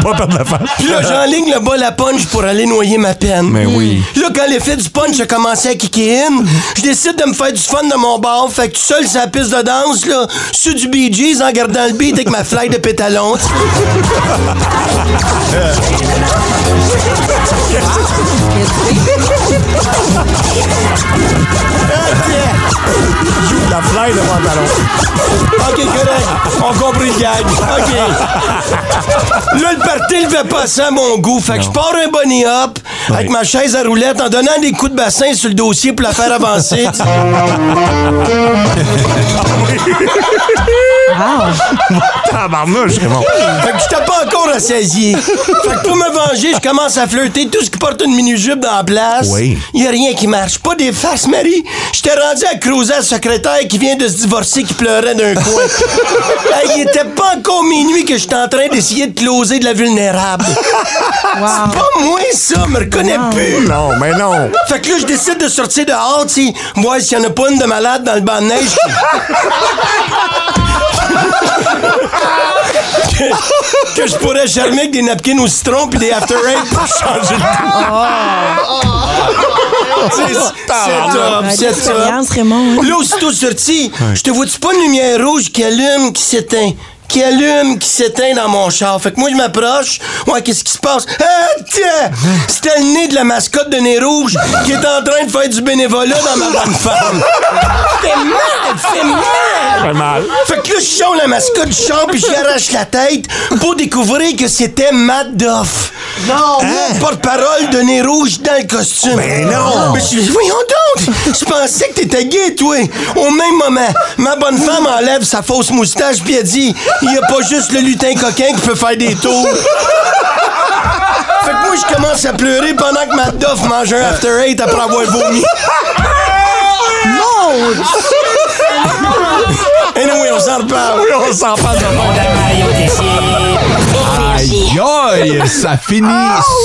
[SPEAKER 10] pour pas perdre la face. Puis là, j'enligne le bol à punch pour aller noyer ma peine. Mais oui. Là, quand l'effet du punch a commencé à kicker in, je décide de me faire du fun de mon bar. Fait que tout seul, sur la piste de danse, là, sur du Bee Gees en gardant le beat avec ma fly de pétalon.
[SPEAKER 12] La fly de pantalon.
[SPEAKER 10] OK, correct. On compris le gag. OK. Là, le party levait pas ça à mon goût. Fait que je pars un bunny hop avec ma chaise à roulette en donnant des coups de bassin sur le dossier pour la faire avancer.
[SPEAKER 12] Tabarnouche, Raymond.
[SPEAKER 10] Fait que j'étais pas encore rassasié. Fait que pour me venger, je commence à flirter tout ce qui porte une mini-jupe dans la place.
[SPEAKER 12] Oui.
[SPEAKER 10] Y a rien qui marche. Pas des faces, Marie. J'étais rendu à creuser la secrétaire qui vient de se divorcer, qui pleurait d'un coin. Hey, Il était pas encore minuit que j'étais en train d'essayer de closer de la vulnérable. C'est pas moi, ça. Me reconnais plus.
[SPEAKER 12] Non, mais non.
[SPEAKER 10] Fait que là, je décide de sortir dehors, tu sais, voir s'il y en a pas une de malade dans le banc de neige. que, que je pourrais charmer avec des napkins au citron puis des After Eight pour changer
[SPEAKER 3] Oh.
[SPEAKER 10] le goût. C'est top, c'est top.
[SPEAKER 11] L'expérience, Raymond.
[SPEAKER 10] Là, aussitôt sorti, je te vois-tu pas une lumière rouge qui allume, qui s'éteint? Qui allume, qui s'éteint dans mon char. Fait que moi, je m'approche. Ouais, qu'est-ce qui se passe? Ah, tiens! C'était le nez de la mascotte de Nez Rouge qui est en train de faire du bénévolat dans ma bonne femme. T'es mal! T'es mal!
[SPEAKER 12] Très mal.
[SPEAKER 10] Fait que là, je chante la mascotte du char, puis j'y arrache la tête pour découvrir que c'était Matt Doff. Non! Mon porte-parole de nez rouge dans le costume. Mais non! Mais je dis, voyons donc! Je pensais que t'étais gay, toi! Au même moment, ma bonne femme enlève sa fausse moustache, puis elle dit, il y a pas juste le lutin coquin qui peut faire des tours. Fait que moi, je commence à pleurer pendant que Matt Doff mange un After Eight après avoir vomi. Anyway, on s'en reparle.
[SPEAKER 12] Oui, on s'en parle demain.
[SPEAKER 5] Aïe, aïe, ça finit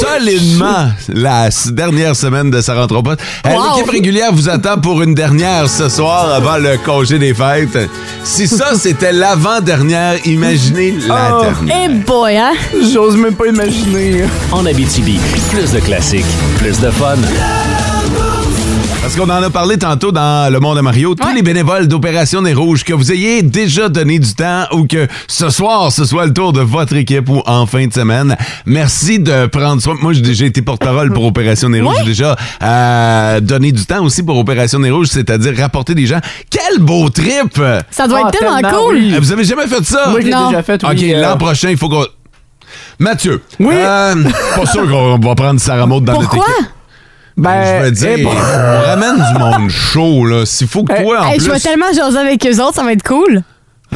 [SPEAKER 5] solidement la s- dernière semaine de sa rentre au poste. Euh,
[SPEAKER 3] Wow.
[SPEAKER 5] L'équipe régulière vous attend pour une dernière ce soir avant le congé des fêtes. Si ça, c'était l'avant-dernière, imaginez la
[SPEAKER 4] Oh.
[SPEAKER 5] dernière.
[SPEAKER 3] Eh boy, hein?
[SPEAKER 4] J'ose même pas imaginer.
[SPEAKER 2] En Abitibi, plus de classiques, plus de fun.
[SPEAKER 5] Parce qu'on en a parlé tantôt dans Le Monde à Mario. Tous les bénévoles d'Opération des Rouges, que vous ayez déjà donné du temps ou que ce soir, ce soit le tour de votre équipe ou en fin de semaine, merci de prendre soin. Moi, j'ai déjà été porte-parole pour Opération des Rouges. J'ai déjà euh, donné du temps aussi pour Opération des Rouges, c'est-à-dire rapporter des gens. Quel beau trip!
[SPEAKER 3] Ça doit
[SPEAKER 4] Ah,
[SPEAKER 3] être tellement,
[SPEAKER 4] tellement,
[SPEAKER 3] cool.
[SPEAKER 4] oui.
[SPEAKER 5] Euh, Vous avez jamais fait ça?
[SPEAKER 4] Moi, je l'ai
[SPEAKER 3] Non.
[SPEAKER 4] déjà fait. oui,
[SPEAKER 5] OK,
[SPEAKER 4] euh,
[SPEAKER 5] l'an prochain, il faut qu'on... Mathieu.
[SPEAKER 4] Oui?
[SPEAKER 5] euh, pas sûr qu'on va prendre Sarah Maud dans notre
[SPEAKER 3] Pourquoi?
[SPEAKER 5] équipe.
[SPEAKER 4] ben,
[SPEAKER 5] Je veux
[SPEAKER 4] eh,
[SPEAKER 5] dire,
[SPEAKER 4] bon.
[SPEAKER 5] on ramène du monde chaud, là. S'il faut que
[SPEAKER 4] Eh,
[SPEAKER 5] toi, en
[SPEAKER 3] Hey,
[SPEAKER 5] plus...
[SPEAKER 3] je vais tellement jaser avec eux autres, ça va être cool.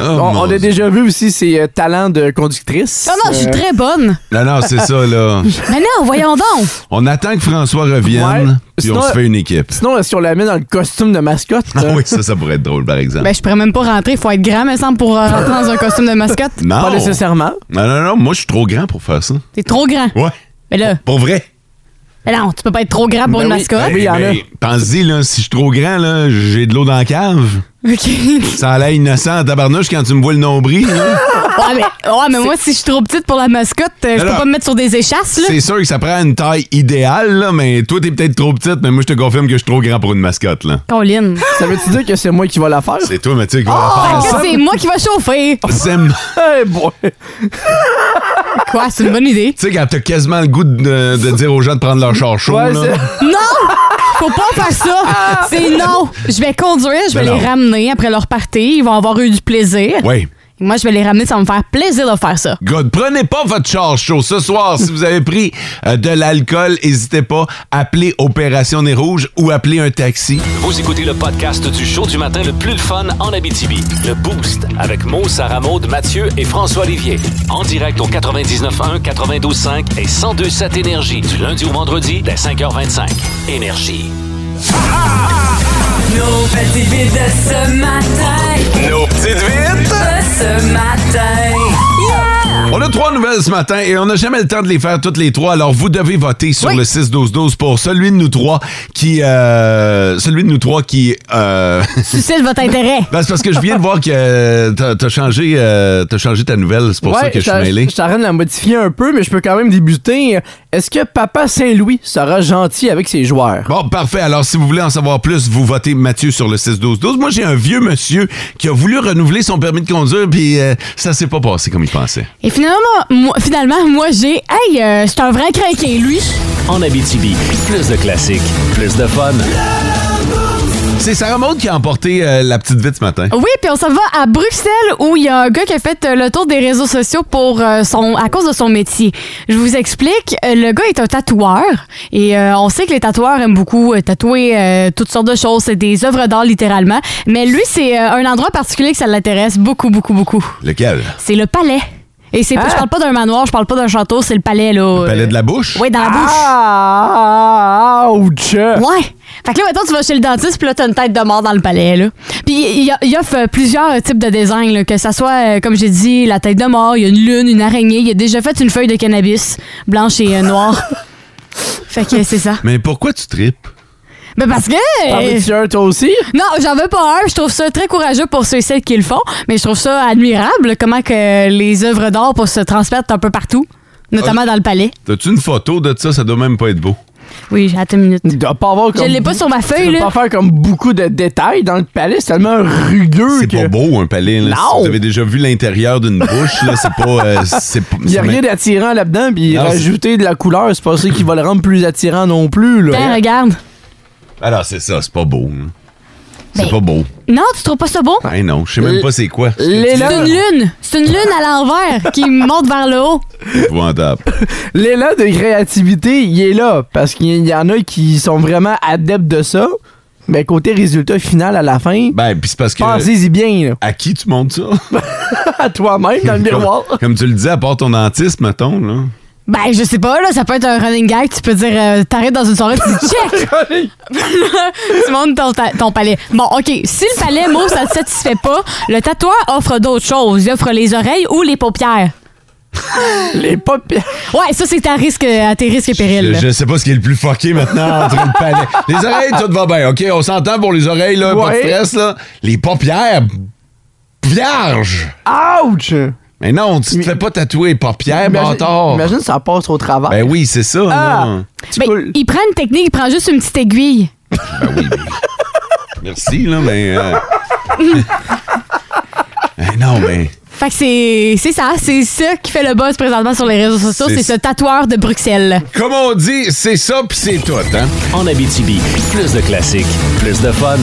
[SPEAKER 5] Oh,
[SPEAKER 4] On,
[SPEAKER 5] mon
[SPEAKER 4] on a
[SPEAKER 5] Dieu.
[SPEAKER 4] déjà vu aussi ses euh, talents de conductrice.
[SPEAKER 3] Non, non, je suis
[SPEAKER 4] Euh,
[SPEAKER 3] très bonne.
[SPEAKER 5] Non, non, c'est ça, là.
[SPEAKER 3] Mais non, voyons donc.
[SPEAKER 5] On attend que François
[SPEAKER 4] Ouais.
[SPEAKER 5] revienne, puis
[SPEAKER 4] Sinon-
[SPEAKER 5] on se fait une équipe.
[SPEAKER 4] Sinon, là, si on la met dans le costume de mascotte,
[SPEAKER 5] Ah
[SPEAKER 4] euh,
[SPEAKER 5] oui, ça, ça pourrait être drôle, par exemple.
[SPEAKER 3] Ben, je pourrais même pas rentrer. Faut être grand, me semble, pour euh, rentrer dans un costume de mascotte.
[SPEAKER 5] non.
[SPEAKER 4] pas nécessairement.
[SPEAKER 5] Non, non, non, moi, je suis trop grand pour faire ça.
[SPEAKER 3] T'es trop grand.
[SPEAKER 5] Ouais.
[SPEAKER 3] Mais là,
[SPEAKER 5] Pour vrai.
[SPEAKER 3] mais non, tu peux pas être trop grand pour
[SPEAKER 4] Ben
[SPEAKER 3] une
[SPEAKER 4] oui.
[SPEAKER 3] mascotte.
[SPEAKER 4] Ben oui, il y en a.
[SPEAKER 5] mais Pense-y, là, si je suis trop grand, là, j'ai de l'eau dans la cave.
[SPEAKER 3] OK.
[SPEAKER 5] Ça a l'air innocent à tabarnouche quand tu me vois le nombril, là.
[SPEAKER 3] Ouais, mais, ouais, mais moi, si je suis trop petite pour la mascotte, euh, je peux
[SPEAKER 5] Alors-
[SPEAKER 3] pas me mettre sur des échasses, là.
[SPEAKER 5] C'est sûr que ça prend une taille idéale, là, mais toi, t'es peut-être trop petite, mais moi, je te confirme que je suis trop grand pour une mascotte, là.
[SPEAKER 3] Colline.
[SPEAKER 4] Ça veut-tu dire que c'est moi qui vais la faire?
[SPEAKER 5] C'est toi, Mathieu, qui va
[SPEAKER 3] Oh, Fait
[SPEAKER 5] la
[SPEAKER 4] Ah!
[SPEAKER 3] que
[SPEAKER 5] faire.
[SPEAKER 3] là, c'est moi qui va chauffer.
[SPEAKER 5] C'est m-
[SPEAKER 4] Eh, boy.
[SPEAKER 3] Quoi, c'est une bonne idée.
[SPEAKER 5] Tu sais, quand t'as quasiment le goût de, de dire aux gens de prendre leur char chaud,
[SPEAKER 4] Ouais,
[SPEAKER 5] là.
[SPEAKER 4] c'est-
[SPEAKER 3] Non! Faut pas faire ça! C'est non! Je vais conduire, je vais
[SPEAKER 5] Ben
[SPEAKER 3] les
[SPEAKER 5] non.
[SPEAKER 3] ramener après leur party. Ils vont avoir eu du plaisir.
[SPEAKER 5] Oui.
[SPEAKER 3] Et moi, je vais les ramener, ça va me faire plaisir de faire ça.
[SPEAKER 5] God, prenez pas votre char chaud ce soir. Si vous avez pris euh, de l'alcool, n'hésitez pas à appeler Opération Nez Rouge ou appeler un taxi.
[SPEAKER 2] Vous écoutez le podcast du show du matin le plus le fun en Abitibi. Le Boost avec Mo, Sarah Maud, Mathieu et François Olivier. En direct au 99.1, 92.5 et 102.7 Énergie du lundi au vendredi dès 5h25. Énergie.
[SPEAKER 13] Nos petites vites de ce matin. Nos petites vites de ce matin. Yeah!
[SPEAKER 5] On a trois nouvelles ce matin et on n'a jamais le temps de les faire toutes les trois. Alors, vous devez voter sur le 6-12-12 pour celui de nous trois qui... euh, celui de nous trois qui... euh,
[SPEAKER 3] Suscite votre intérêt.
[SPEAKER 5] Ben, c'est parce que je viens de voir que euh, t'as t'as changé, euh, t'as changé ta nouvelle. C'est pour ça que je suis mêlé.
[SPEAKER 4] Je t'arrête de la modifier un peu, mais je peux quand même débuter. Est-ce que Papa Saint-Louis sera gentil avec ses joueurs?
[SPEAKER 5] Bon, parfait. Alors, si vous voulez en savoir plus, vous votez Mathieu sur le 6-12-12. Moi, j'ai un vieux monsieur qui a voulu renouveler son permis de conduire, puis euh, ça s'est pas passé comme il pensait.
[SPEAKER 3] Et finalement, moi, finalement, moi j'ai. Hey, euh, c'est un vrai craqué, lui.
[SPEAKER 2] En Abitibi, plus de classiques, plus de fun.
[SPEAKER 5] C'est Sarah Maud qui a emporté euh, la petite vite ce matin.
[SPEAKER 3] Oui, puis on s'en va à Bruxelles où il y a un gars qui a fait euh, le tour des réseaux sociaux pour euh, son à cause de son métier. Je vous explique, euh, le gars est un tatoueur et euh, on sait que les tatoueurs aiment beaucoup euh, tatouer euh, toutes sortes de choses, c'est des œuvres d'art littéralement, mais lui c'est euh, un endroit particulier que ça l'intéresse beaucoup beaucoup beaucoup.
[SPEAKER 5] Lequel?
[SPEAKER 3] C'est le palais. Et c'est pas- je parle pas d'un manoir, je parle pas d'un château, c'est le palais là.
[SPEAKER 5] Le palais de la bouche?
[SPEAKER 3] Oui, dans la bouche.
[SPEAKER 4] Ouch!
[SPEAKER 3] Ouais. Fait que là, maintenant, tu vas chez le dentiste, puis là, t'as une tête de mort dans le palais, là. Puis il y a- il offre euh, plusieurs euh, types de designs, là, que ça soit, euh, comme j'ai dit, la tête de mort, il y a une lune, une araignée, il a déjà fait une feuille de cannabis blanche et euh, noire. fait que euh, c'est ça.
[SPEAKER 5] Mais pourquoi tu tripes?
[SPEAKER 3] Ben parce que...
[SPEAKER 4] T'en veux-tu un, toi aussi?
[SPEAKER 3] Non, j'en veux pas un. Je trouve ça très courageux pour ceux et celles qui le font, mais je trouve ça admirable comment que les œuvres d'art peuvent se transmettre un peu partout, notamment
[SPEAKER 5] Ah.
[SPEAKER 3] dans le palais.
[SPEAKER 5] T'as-tu une photo de ça? Ça doit même pas être beau.
[SPEAKER 3] Oui, attends une minute.
[SPEAKER 4] pas avoir
[SPEAKER 3] Je l'ai pas sur ma feuille,
[SPEAKER 4] Tu peux
[SPEAKER 3] là.
[SPEAKER 4] pas faire comme beaucoup de détails dans le palais, c'est tellement rugueux.
[SPEAKER 5] C'est pas beau, un palais. là.
[SPEAKER 4] Non!
[SPEAKER 5] Si vous avez déjà vu l'intérieur d'une bouche, là, c'est pas... euh, c'est pas-
[SPEAKER 4] Il n'y a
[SPEAKER 5] ça
[SPEAKER 4] rien
[SPEAKER 5] m'in-
[SPEAKER 4] d'attirant là-dedans, puis
[SPEAKER 5] Non, c'est-
[SPEAKER 4] rajouter de la couleur, c'est pas ça qui va le rendre plus attirant non plus. Là.
[SPEAKER 3] Ben, regarde.
[SPEAKER 5] Alors, c'est ça, c'est pas beau. hein. C'est
[SPEAKER 3] Ben-
[SPEAKER 5] pas beau.
[SPEAKER 3] Non, tu trouves pas ça beau?
[SPEAKER 5] Ah non, je sais même
[SPEAKER 3] L-
[SPEAKER 5] pas c'est quoi.
[SPEAKER 3] C'est une lune. C'est une lune à l'envers qui monte vers le haut.
[SPEAKER 5] Épouvantable.
[SPEAKER 4] L'élan de créativité, il est là, parce qu'il y en a qui sont vraiment adeptes de ça, mais côté résultat final à la fin,
[SPEAKER 5] Ben, puis c'est parce que...
[SPEAKER 4] pensez-y bien. là.
[SPEAKER 5] À qui tu montes ça?
[SPEAKER 4] à toi-même, dans le miroir.
[SPEAKER 5] Comme, comme tu le disais, à part ton dentiste, mettons, là.
[SPEAKER 3] Ben, je sais pas, là, ça peut être un running gag. Tu peux dire, euh, t'arrives dans une soirée, tu dis check! tu montes ton, ta- ton palais. Bon, OK. Si le palais, mot, ça te satisfait pas, le tatoueur offre d'autres choses. Il offre les oreilles ou les paupières.
[SPEAKER 4] les paupières?
[SPEAKER 3] Ouais, ça, c'est à, risque, à tes risques et périls.
[SPEAKER 5] Je,
[SPEAKER 3] là.
[SPEAKER 5] je sais pas ce qui est le plus fucké maintenant entre le palais. Les oreilles, tout va bien, OK? On s'entend pour les oreilles, là, pas de
[SPEAKER 4] Ouais.
[SPEAKER 5] stress, là. Les paupières, vierge!
[SPEAKER 4] Ouch!
[SPEAKER 5] Mais non, tu te fais pas tatouer les paupières,
[SPEAKER 4] Imagine,
[SPEAKER 5] bâtard!
[SPEAKER 4] imagine ça passe au travail.
[SPEAKER 5] Ben oui, c'est ça,
[SPEAKER 4] Ah!
[SPEAKER 5] non?
[SPEAKER 3] Ben, il prend une technique, il prend juste une petite aiguille.
[SPEAKER 5] Merci, là, mais... euh, mais non, mais...
[SPEAKER 3] Fait que c'est c'est ça. C'est ça qui fait le buzz présentement sur les réseaux sociaux.
[SPEAKER 5] C'est-
[SPEAKER 3] C'est ce tatoueur de Bruxelles.
[SPEAKER 5] Comme on dit, c'est ça puis c'est tout, hein?
[SPEAKER 2] En Abitibi, plus de classiques, plus de fun.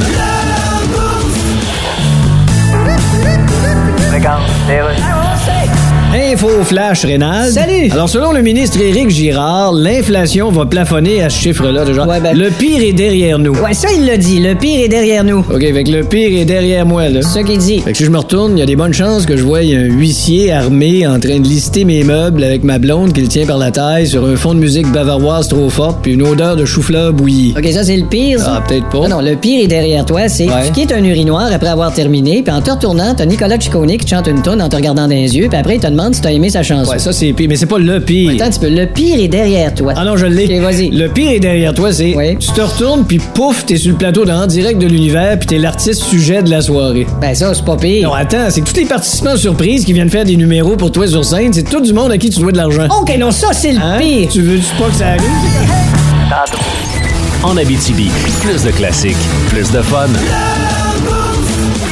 [SPEAKER 9] Info flash rénal. Salut. Alors selon le ministre Éric Girard, l'inflation va plafonner à ce chiffre-là de genre. le pire est derrière nous.
[SPEAKER 13] ben- Ouais, ça, il l'a dit. Le pire est derrière nous.
[SPEAKER 9] OK, fait que le pire est derrière moi, là.
[SPEAKER 13] C'est ça qu'il dit.
[SPEAKER 9] Fait que si je me retourne, il y a des bonnes chances que je voie un huissier armé en train de lister mes meubles avec ma blonde qu'il tient par la taille sur un fond de musique bavaroise trop forte puis une odeur de chou-fleur bouilli.
[SPEAKER 13] OK, ça, c'est le pire. ça.
[SPEAKER 9] Ah, peut-être pas.
[SPEAKER 13] Non, non, le pire est derrière toi, c'est
[SPEAKER 9] Ouais.
[SPEAKER 13] tu quittes un urinoir après avoir terminé, puis en te retournant, t'as Nicolas Ciccone qui te chante une tonne en te regardant dans les yeux, puis après, il te demande si t'as aimé sa chanson.
[SPEAKER 9] Ouais, ça c'est pire, mais c'est pas le pire.
[SPEAKER 13] Attends un petit peu, le pire est derrière toi.
[SPEAKER 9] Ah non, je l'ai.
[SPEAKER 13] OK, vas-y.
[SPEAKER 9] Le pire est derrière toi, c'est tu te retournes puis pouf, t'es sur le plateau de En direct de l'univers puis t'es l'artiste sujet de la soirée.
[SPEAKER 13] Ben ça, c'est pas pire.
[SPEAKER 9] Non, attends, c'est que tous les participants surprises qui viennent faire des numéros pour toi sur scène, c'est tout du monde à qui tu dois de l'argent.
[SPEAKER 13] OK, non, ça, c'est le
[SPEAKER 9] Hein?
[SPEAKER 13] pire.
[SPEAKER 9] Tu veux-tu pas que ça arrive?
[SPEAKER 2] En Abitibi, plus de classiques, plus de fun.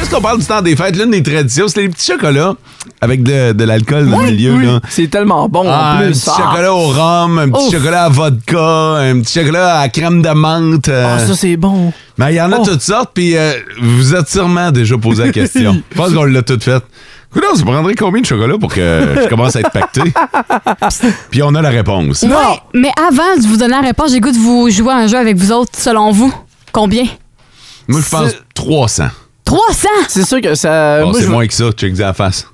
[SPEAKER 5] Est-ce qu'on parle du temps des fêtes? L'une des traditions, c'est les petits chocolats avec de, de l'alcool dans le milieu. là.
[SPEAKER 4] C'est tellement bon
[SPEAKER 5] Ah,
[SPEAKER 4] en
[SPEAKER 5] un
[SPEAKER 4] plus.
[SPEAKER 5] petit
[SPEAKER 4] Ah.
[SPEAKER 5] chocolat au rhum, un petit
[SPEAKER 4] Ouf.
[SPEAKER 5] chocolat à vodka, un petit chocolat à crème de menthe. euh.
[SPEAKER 4] Ah, ça c'est bon. Oh.
[SPEAKER 5] Mais il y en a toutes sortes, puis euh, vous êtes sûrement déjà posé la question. Je pense qu'on l'a toute faite. Coudonc, ça prendrait combien de chocolat pour que je commence à être pacté? puis on a la réponse.
[SPEAKER 3] Ouais, mais avant de vous donner la réponse, j'ai le goût de vous jouer à un jeu avec vous autres, selon vous. Combien?
[SPEAKER 5] Moi, je pense
[SPEAKER 4] C'est-
[SPEAKER 5] 300.
[SPEAKER 3] 300!
[SPEAKER 4] C'est sûr que ça.
[SPEAKER 5] Bon,
[SPEAKER 4] moi,
[SPEAKER 5] c'est
[SPEAKER 4] je-
[SPEAKER 5] moins que ça, check la face.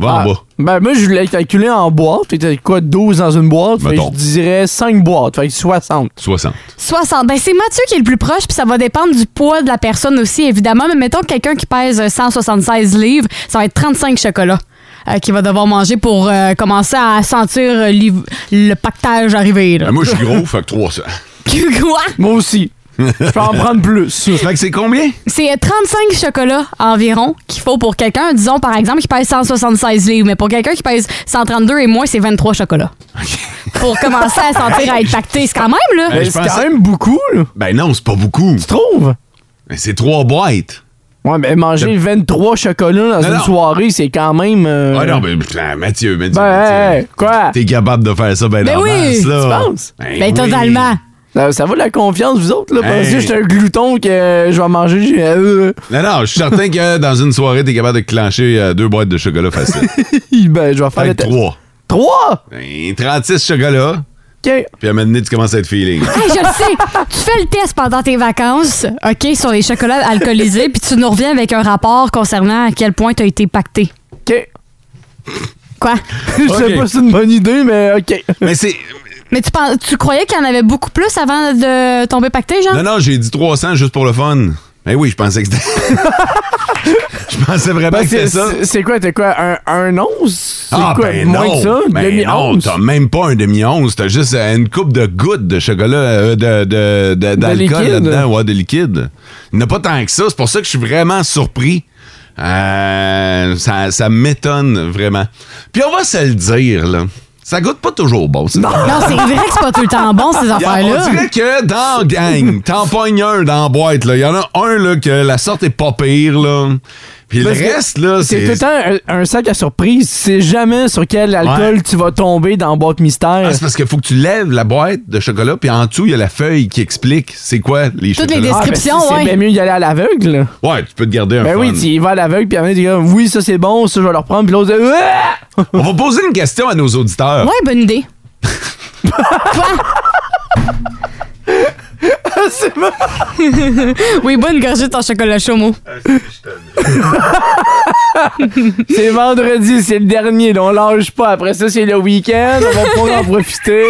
[SPEAKER 5] Va en
[SPEAKER 4] Ah.
[SPEAKER 5] bas.
[SPEAKER 4] Ben, moi, je voulais calculer en boîte. C'était quoi, 12 dans une boîte? Fait que
[SPEAKER 5] Mettons.
[SPEAKER 4] je dirais 5 boîtes. Fait que 60.
[SPEAKER 5] 60.
[SPEAKER 3] 60. Ben, c'est Mathieu qui est le plus proche, puis ça va dépendre du poids de la personne aussi, évidemment. Mais mettons quelqu'un qui pèse euh, 176 livres, ça va être 35 chocolats. euh, qu'il va devoir manger pour euh, commencer à sentir euh, l'iv- le pactage arriver. là.
[SPEAKER 5] Ben, moi, je suis gros, fait que 300.
[SPEAKER 3] Quoi?
[SPEAKER 4] Moi aussi. Je peux en prendre plus. Fait
[SPEAKER 5] que c'est combien?
[SPEAKER 3] C'est euh, 35 chocolats environ qu'il faut pour quelqu'un, disons par exemple, qui pèse 176 livres. Mais pour quelqu'un qui pèse 132 et moins, c'est 23 chocolats. Pour commencer à sentir à être pacté, c'est quand même, là.
[SPEAKER 5] Ben, je pensais-
[SPEAKER 4] beaucoup, là.
[SPEAKER 5] Ben non, c'est pas beaucoup. Tu
[SPEAKER 4] trouves?
[SPEAKER 5] Ben, c'est trois boîtes.
[SPEAKER 4] Ouais, mais manger 23 chocolats dans
[SPEAKER 5] Non,
[SPEAKER 4] une
[SPEAKER 5] non.
[SPEAKER 4] soirée, c'est quand même. euh,
[SPEAKER 5] Ah non, ben, putain, Mathieu, Mathieu.
[SPEAKER 4] Ben, hey, hey, quoi?
[SPEAKER 5] T'es capable de faire ça, ben,
[SPEAKER 4] Ben
[SPEAKER 5] en
[SPEAKER 4] oui,
[SPEAKER 5] masse, là.
[SPEAKER 4] tu penses?
[SPEAKER 5] Ben, oui.
[SPEAKER 4] Ben, totalement. Ça, ça vaut la confiance, vous autres, là. Parce
[SPEAKER 5] Hey.
[SPEAKER 4] que je suis un glouton que euh, je vais manger. j'ai- euh,
[SPEAKER 5] Non, non, je suis certain que dans une soirée, t'es capable de clencher euh, deux boîtes de chocolat facile.
[SPEAKER 4] ben, je vais faire le
[SPEAKER 5] Fait que
[SPEAKER 4] test.
[SPEAKER 5] trois.
[SPEAKER 4] Trois?
[SPEAKER 5] Ben, 36 chocolats.
[SPEAKER 4] OK.
[SPEAKER 5] Puis à un moment donné, tu commences à être feeling.
[SPEAKER 3] Hey, je le sais. Tu fais le test pendant tes vacances, OK, sur les chocolats alcoolisés, puis tu nous reviens avec un rapport concernant à quel point tu as été pacté.
[SPEAKER 4] OK.
[SPEAKER 3] Quoi?
[SPEAKER 4] Je sais
[SPEAKER 3] Ok.
[SPEAKER 4] pas si c'est une bonne idée, mais OK. Eh
[SPEAKER 5] Mais c'est.
[SPEAKER 3] Mais tu, penses, tu croyais qu'il y en avait beaucoup plus avant de tomber pacté, genre?
[SPEAKER 5] Non, non, j'ai dit 300 juste pour le fun. Ben oui, je pensais que c'était. je pensais vraiment que c'était ben, ça.
[SPEAKER 4] ben, C'est quoi? T'as quoi? Un, un once? C'est
[SPEAKER 5] Ah,
[SPEAKER 4] quoi?
[SPEAKER 5] ben
[SPEAKER 4] moins
[SPEAKER 5] non.
[SPEAKER 4] que ça?
[SPEAKER 5] Ben non,
[SPEAKER 4] Demi-once?
[SPEAKER 5] t'as même pas un demi-once. T'as juste euh, une coupe de gouttes de chocolat, euh, de- de- de- d'alcool
[SPEAKER 4] liquide.
[SPEAKER 5] là-dedans. Ouais, de liquide. Il n'y en a pas tant que ça. C'est pour ça que je suis vraiment surpris. Euh, ça ça m'étonne vraiment. Puis on va se le dire, là. Ça goûte pas toujours bon. ça.
[SPEAKER 3] Non, c'est vrai que c'est pas tout le temps bon, ces affaires-là.
[SPEAKER 5] On dirait que dans la gang, t'en pognes un dans la boîte, là. Il y en a un, là, que la sorte est pas pire, là. Puis
[SPEAKER 4] Parce que
[SPEAKER 5] le reste, là,
[SPEAKER 4] C'est tout le
[SPEAKER 5] c'est.
[SPEAKER 4] temps un, un sac à surprise. Tu sais jamais sur quel alcool tu vas tomber dans la boîte mystère.
[SPEAKER 5] Ah, c'est parce qu'il faut que tu lèves la boîte de chocolat, puis en dessous, il y a la feuille qui explique c'est quoi les
[SPEAKER 4] Toutes
[SPEAKER 5] chocolats.
[SPEAKER 4] les descriptions, Ah, ben, c'est- c'est ouais. bien mieux d'y aller à l'aveugle.
[SPEAKER 5] Ouais, tu peux te garder un
[SPEAKER 4] Ben
[SPEAKER 5] fun.
[SPEAKER 4] oui, tu y vas à l'aveugle, puis après, tu dis comme, oui, ça c'est bon, ça je vais le reprendre, puis l'autre, Ah!
[SPEAKER 5] On va poser une question à nos auditeurs.
[SPEAKER 3] Ouais, bonne idée.
[SPEAKER 4] c'est
[SPEAKER 3] oui, bonne gorgée de ton chocolat chaud, Mo.
[SPEAKER 4] c'est vendredi, c'est le dernier, là, on lâche pas. Après ça, c'est le week-end, on va pouvoir en profiter.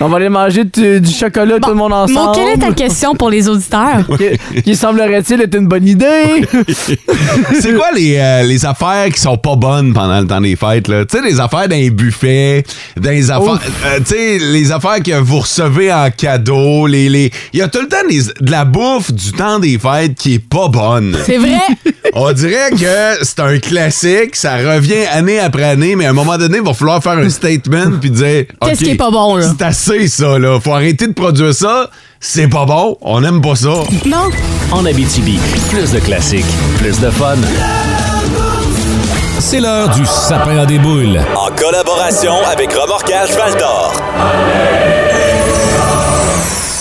[SPEAKER 4] On va aller manger du, du chocolat tout le monde ensemble.
[SPEAKER 3] Mo, quelle est ta question pour les auditeurs?
[SPEAKER 4] Qui- qui semblerait-il être une bonne idée.
[SPEAKER 5] c'est quoi les, euh, les affaires qui sont pas bonnes pendant le temps des fêtes, là? Tu sais, les affaires d'un buffet, dans les affaires. euh, tu sais, les affaires que vous recevez en cadeau, les. les... Il y a tout le temps des- de la bouffe du temps des fêtes qui est pas bonne.
[SPEAKER 3] C'est vrai?
[SPEAKER 5] On dirait que c'est un classique, ça revient année après année, mais à un moment donné, il va falloir faire un statement puis dire
[SPEAKER 3] Qu'est-ce
[SPEAKER 5] OK,
[SPEAKER 3] qui est pas bon, là?
[SPEAKER 5] C'est assez ça là, faut arrêter de produire ça, c'est pas bon, on aime pas ça.
[SPEAKER 3] Non.
[SPEAKER 2] En Abitibi, plus de classiques, plus de fun. C'est l'heure du sapin à des boules.
[SPEAKER 14] En collaboration avec Remorquage Valdor.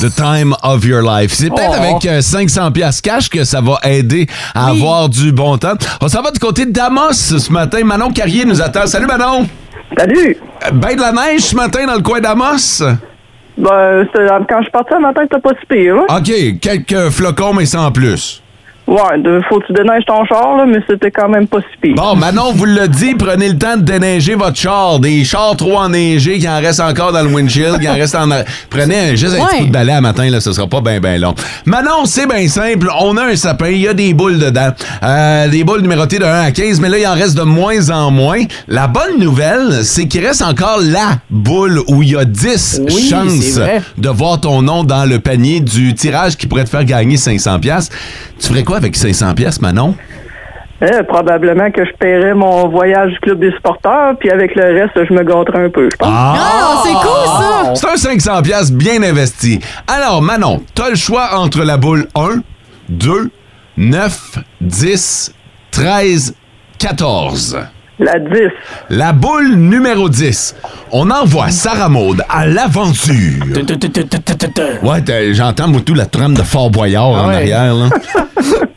[SPEAKER 5] The time of your life. C'est peut-être avec euh, 500 pièces cash que ça va aider à avoir du bon temps. On s'en va du côté d'Amos ce matin. Manon Carrier nous attend. Salut Manon.
[SPEAKER 7] Salut.
[SPEAKER 5] Ben de la neige ce matin dans le coin d'Amos.
[SPEAKER 7] Ben, c'était- quand je partais le matin, c'était pas si pire. hein.
[SPEAKER 5] OK, quelques flocons mais sans plus.
[SPEAKER 7] Ouais, de- faut que tu déneiges ton char, là, mais c'était quand même pas si pire.
[SPEAKER 5] Bon, Manon vous le dit, prenez le temps de déneiger votre char. Des chars trop enneigés qui en restent encore dans le windshield, qui en restent en... Prenez un- juste un petit coup de balai à matin, là, ce sera pas bien, bien long. Manon, c'est bien simple. On a un sapin, il y a des boules dedans. Euh, des boules numérotées de 1 à 15, mais là, il en reste de moins en moins. La bonne nouvelle, c'est qu'il reste encore la boule où il y a 10
[SPEAKER 4] Oui,
[SPEAKER 5] chances
[SPEAKER 4] c'est vrai.
[SPEAKER 5] de voir ton nom dans le panier du tirage qui pourrait te faire gagner 500 pièces. Tu ferais quoi avec 500 pièces, Manon? Ah.
[SPEAKER 7] Eh, probablement que je paierais mon voyage du club des supporters, puis avec le reste, je me gâterais un peu, je pense.
[SPEAKER 5] Ah,
[SPEAKER 3] c'est cool,
[SPEAKER 5] C'est un 500 pièces bien investi. Alors Manon, t'as le choix entre la boule 1, 2, 9, 10, 13, 14.
[SPEAKER 7] La 10.
[SPEAKER 5] La boule numéro 10. On envoie Sarah Maud à l'aventure. Ouais, t'as- j'entends tout la trame de Fort Boyard en
[SPEAKER 4] Ah ouais.
[SPEAKER 5] arrière. Là.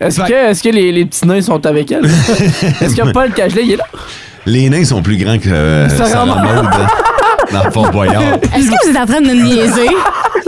[SPEAKER 4] Est-ce que, est-ce que les, les petits nains sont avec elle? Est-ce que Paul Cagelet, il est là?
[SPEAKER 5] Les nains sont plus grands que euh,
[SPEAKER 4] Sarah
[SPEAKER 5] Sarah
[SPEAKER 4] Maud.
[SPEAKER 5] Maud là, dans Fort Boyard.
[SPEAKER 3] Est-ce que vous êtes en train de me niaiser?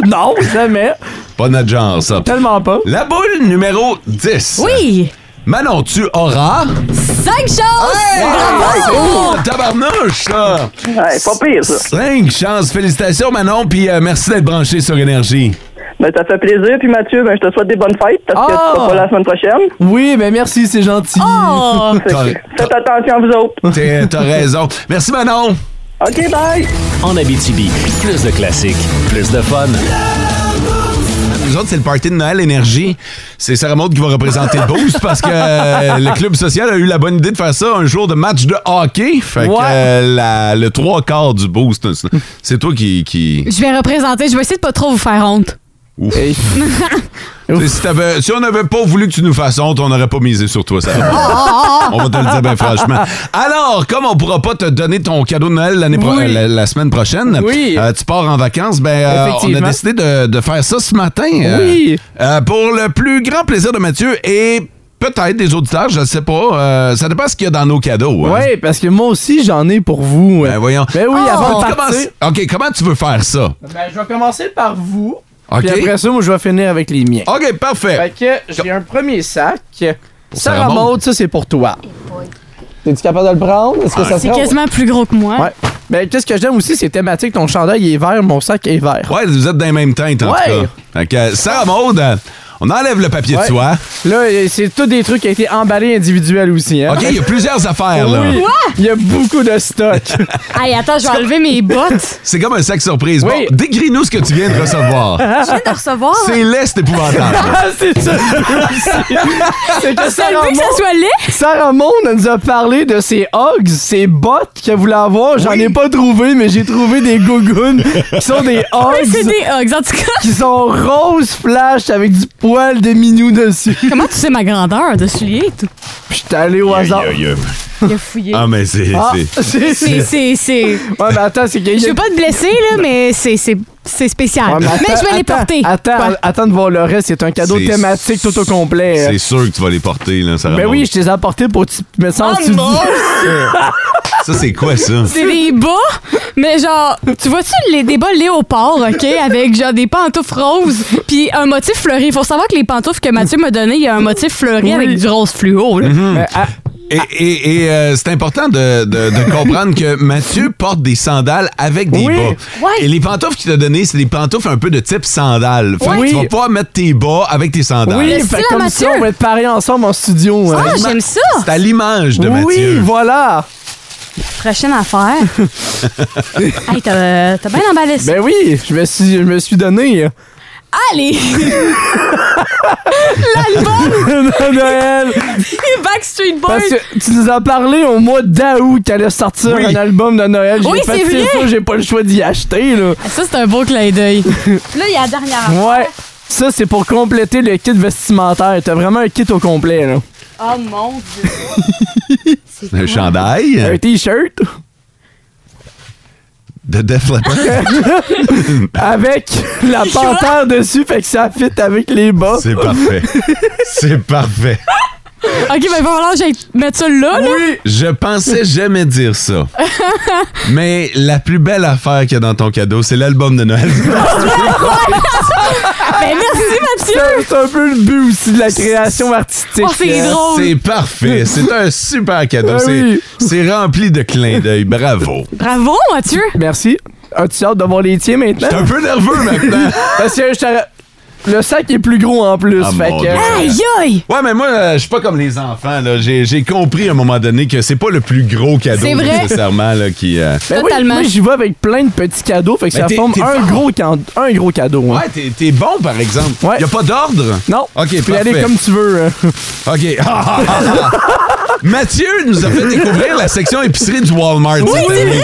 [SPEAKER 4] Non, jamais.
[SPEAKER 5] Pas notre genre, ça.
[SPEAKER 4] Tellement pas.
[SPEAKER 5] La boule numéro 10.
[SPEAKER 3] Oui.
[SPEAKER 5] Manon, tu auras...
[SPEAKER 3] Cinq choses!
[SPEAKER 7] Oh!
[SPEAKER 5] Hey, c'est
[SPEAKER 3] Bravo!
[SPEAKER 5] bon, tabarnouche, ça!
[SPEAKER 7] Ouais, pas pire, ça.
[SPEAKER 5] Cinq chances. Félicitations, Manon, puis euh, merci d'être branché sur Énergie.
[SPEAKER 7] Ben, ça fait plaisir. Puis Mathieu, ben, je te souhaite des bonnes fêtes parce que
[SPEAKER 4] Ah!
[SPEAKER 7] tu seras pas là la semaine prochaine.
[SPEAKER 4] Oui, ben merci, c'est gentil.
[SPEAKER 3] Oh!
[SPEAKER 7] Fait que Faites attention à vous autres.
[SPEAKER 5] T'es- T'as raison. Merci, Manon.
[SPEAKER 7] OK, bye.
[SPEAKER 2] En Abitibi, plus de classiques, plus de fun.
[SPEAKER 5] Nous autres, c'est le party de Noël Énergie. C'est Sarah Maud qui va représenter le Boost parce que euh, le club social a eu la bonne idée de faire ça un jour de match de hockey. Fait que
[SPEAKER 3] Ouais.
[SPEAKER 5] euh, la- le trois quarts du Boost, c'est toi qui. qui...
[SPEAKER 3] Je vais représenter. Je vais essayer de pas trop vous faire honte.
[SPEAKER 5] Ouf. Tu sais, Si, t'avais- si on n'avait pas voulu que tu nous fasses honte, on n'aurait pas misé sur toi, ça.
[SPEAKER 4] Ah!
[SPEAKER 5] on va te le dire bien franchement. Alors, comme on pourra pas te donner ton cadeau de Noël l'année pro-
[SPEAKER 4] Oui.
[SPEAKER 5] la, la semaine prochaine,
[SPEAKER 4] Oui.
[SPEAKER 5] euh, tu pars en vacances, ben, euh, on a
[SPEAKER 4] Effectivement.
[SPEAKER 5] décidé de, de faire ça ce matin.
[SPEAKER 4] Oui.
[SPEAKER 5] euh, pour le plus grand plaisir de Mathieu et peut-être des auditeurs, je ne sais pas. euh, ça dépend ce qu'il y a dans nos cadeaux. hein.
[SPEAKER 4] Ouais, parce que moi aussi, j'en ai pour vous. Ben
[SPEAKER 5] voyons.
[SPEAKER 4] Ben oui,
[SPEAKER 5] Ah,
[SPEAKER 4] avant de
[SPEAKER 5] tu
[SPEAKER 4] partir.
[SPEAKER 5] commences- OK, comment tu veux faire ça?
[SPEAKER 4] Ben, je vais commencer par vous.
[SPEAKER 5] OK.
[SPEAKER 4] Puis après ça, moi, je vais finir avec les miens.
[SPEAKER 5] OK, parfait.
[SPEAKER 4] Fait que j'ai un premier sac. Sarah,
[SPEAKER 5] Sarah Maud.
[SPEAKER 4] Maud, ça, c'est pour toi. T'es-tu capable de le prendre? Est-ce que ça
[SPEAKER 3] C'est
[SPEAKER 4] sera-
[SPEAKER 3] quasiment plus gros que moi.
[SPEAKER 4] Ouais. Ben, qu'est-ce que j'aime aussi, c'est thématique. Ton chandail il est vert, mon sac est vert.
[SPEAKER 5] Ouais, vous êtes dans les mêmes teintes, en
[SPEAKER 4] Ouais.
[SPEAKER 5] tout cas. Fait que, euh, Sarah Maud, euh, on enlève le papier
[SPEAKER 4] Ouais.
[SPEAKER 5] de soie.
[SPEAKER 4] Là, euh, c'est tous des trucs qui ont été emballés individuels aussi. Hein?
[SPEAKER 5] OK, il y a plusieurs affaires, là.
[SPEAKER 4] Oui, il y a beaucoup de stock.
[SPEAKER 3] Hey, attends, je vais enlever mes bottes.
[SPEAKER 5] C'est comme un sac surprise.
[SPEAKER 3] Oui.
[SPEAKER 5] Bon, décris-nous ce que tu viens de recevoir.
[SPEAKER 3] Je viens de recevoir.
[SPEAKER 5] Ah. C'est laid, c'est épouvantable.
[SPEAKER 4] Ah, c'est ça.
[SPEAKER 3] Ah, C'est le but que ça
[SPEAKER 4] Maud-
[SPEAKER 3] soit laid.
[SPEAKER 4] Sarah Maud elle nous a parlé de ses hogs, ses bottes qu'elle voulait avoir. J'en ai pas trouvé, mais j'ai trouvé des gougounes qui sont des hogs.
[SPEAKER 3] Oui, c'est des hugs, en tout cas.
[SPEAKER 4] Qui sont rose flash avec du poil de minou dessus.
[SPEAKER 3] Comment tu sais ma grandeur de soulier et tout?
[SPEAKER 4] J'étais allé au hasard.
[SPEAKER 5] Aïe, aïe, aïe.
[SPEAKER 3] Il a fouillé.
[SPEAKER 5] Ah, mais c'est.
[SPEAKER 4] Ah,
[SPEAKER 5] c'est-
[SPEAKER 3] C'est, c'est, c'est.
[SPEAKER 4] Ouais, mais attends, c'est qu'il y
[SPEAKER 3] Je
[SPEAKER 4] a-
[SPEAKER 3] veux pas te blesser, là, mais c'est, c'est, c'est spécial.
[SPEAKER 4] Ouais,
[SPEAKER 3] mais
[SPEAKER 4] attends,
[SPEAKER 3] je vais les
[SPEAKER 4] attends,
[SPEAKER 3] porter.
[SPEAKER 4] Attends,
[SPEAKER 3] Quoi?
[SPEAKER 4] attends de voir le reste. C'est un cadeau
[SPEAKER 5] C'est-
[SPEAKER 4] thématique tout au complet.
[SPEAKER 5] C'est sûr que tu vas les porter, là, Sarah
[SPEAKER 4] Ben
[SPEAKER 5] Maud.
[SPEAKER 4] oui, je t'ai apporté pour que tu me mettre ça en
[SPEAKER 3] Oh,
[SPEAKER 4] dessous du-
[SPEAKER 3] mon
[SPEAKER 5] Ça, c'est quoi, ça?
[SPEAKER 3] C'est des bas, mais genre, tu vois-tu les débats léopard, OK, avec genre des pantoufles roses, puis un motif fleuri. Faut savoir que les pantoufles que Mathieu m'a donné, il y a un motif fleuri avec du rose fluo. Là.
[SPEAKER 4] Ben,
[SPEAKER 5] Mhm.
[SPEAKER 4] ah.
[SPEAKER 5] Et, et- et, euh, c'est important de, de- de comprendre que Mathieu porte des sandales avec des
[SPEAKER 4] Oui.
[SPEAKER 5] bas.
[SPEAKER 3] Ouais.
[SPEAKER 5] Et les pantoufles qu'il t'a donné, c'est des pantoufles un peu de type sandales. Fait que
[SPEAKER 4] Oui.
[SPEAKER 5] tu vas pas mettre tes bas avec tes sandales.
[SPEAKER 4] Oui,
[SPEAKER 3] Le
[SPEAKER 4] fait
[SPEAKER 3] style à
[SPEAKER 4] comme
[SPEAKER 3] Mathieu.
[SPEAKER 4] ça, on va être parés ensemble en studio. hein.
[SPEAKER 3] Ah, j'aime ça!
[SPEAKER 5] C'est à l'image de
[SPEAKER 4] Oui,
[SPEAKER 5] Mathieu.
[SPEAKER 4] voilà.
[SPEAKER 3] Prochaine affaire. hey, t'as, t'as bien emballé ça.
[SPEAKER 4] Ben oui, je me suis, je me suis donné.
[SPEAKER 3] Allez! L'album
[SPEAKER 4] de Noël.
[SPEAKER 3] Backstreet Boys!
[SPEAKER 4] Parce que tu nous as parlé au mois d'août qu'elle allait sortir
[SPEAKER 5] Oui.
[SPEAKER 4] un album de Noël. J'ai
[SPEAKER 3] Oui,
[SPEAKER 4] fait
[SPEAKER 3] c'est
[SPEAKER 4] tirer
[SPEAKER 3] vrai. Ah,
[SPEAKER 4] ça, j'ai pas le choix d'y acheter, là.
[SPEAKER 3] Ça, c'est un beau clin d'œil. Puis là, il y a la dernière affaire.
[SPEAKER 4] Ouais. Ça, c'est pour compléter le kit vestimentaire. T'as vraiment un kit au complet, là.
[SPEAKER 3] Oh mon dieu!
[SPEAKER 5] Un
[SPEAKER 4] Un
[SPEAKER 5] chandail
[SPEAKER 4] t-shirt
[SPEAKER 5] de Def Leppard.
[SPEAKER 4] avec la panthère dessus, fait que ça fit avec les bas.
[SPEAKER 5] C'est parfait. C'est parfait.
[SPEAKER 3] Ok, ben, il va falloir que j'aille mettre ça là, là.
[SPEAKER 5] Je pensais jamais dire ça. Mais la plus belle affaire qu'il y a dans ton cadeau, c'est l'album de Noël.
[SPEAKER 3] Ben, merci, Mathieu!
[SPEAKER 4] Ah, C'est c'est un peu le but aussi de la création artistique.
[SPEAKER 3] Oh, c'est
[SPEAKER 4] hein.
[SPEAKER 3] drôle!
[SPEAKER 5] C'est parfait. C'est un super cadeau.
[SPEAKER 4] Ah
[SPEAKER 5] C'est
[SPEAKER 4] oui.
[SPEAKER 5] c'est rempli de clins d'œil. Bravo.
[SPEAKER 3] Bravo, Mathieu!
[SPEAKER 4] Merci. As-tu hâte de voir les tiens maintenant?
[SPEAKER 5] T'es un peu nerveux maintenant.
[SPEAKER 4] Parce que je t'arrête- le sac est plus gros en plus.
[SPEAKER 5] Ah,
[SPEAKER 4] fait
[SPEAKER 5] mon
[SPEAKER 4] que-
[SPEAKER 5] Dieu.
[SPEAKER 3] Aïe, aïe!
[SPEAKER 5] Ouais, mais moi, euh, je suis pas comme les enfants. là. J'ai j'ai compris à un moment donné que c'est pas le plus gros cadeau
[SPEAKER 3] C'est vrai.
[SPEAKER 5] nécessairement là, qui. euh,
[SPEAKER 4] Ben oui,
[SPEAKER 3] Totalement.
[SPEAKER 4] moi, j'y vais avec plein de petits cadeaux. Fait que
[SPEAKER 5] Ben,
[SPEAKER 4] ça
[SPEAKER 5] t'es-
[SPEAKER 4] forme
[SPEAKER 5] t'es
[SPEAKER 4] un
[SPEAKER 5] fort.
[SPEAKER 4] gros, can- un gros cadeau. hein.
[SPEAKER 5] Ouais, t'es- t'es bon par exemple.
[SPEAKER 4] Ouais.
[SPEAKER 5] Y a pas d'ordre.
[SPEAKER 4] Non.
[SPEAKER 5] Ok,
[SPEAKER 4] Puis
[SPEAKER 5] parfait.
[SPEAKER 4] aller comme tu veux. hein.
[SPEAKER 5] OK. Mathieu nous a fait découvrir la section épicerie du Walmart. Oui, c'est vrai.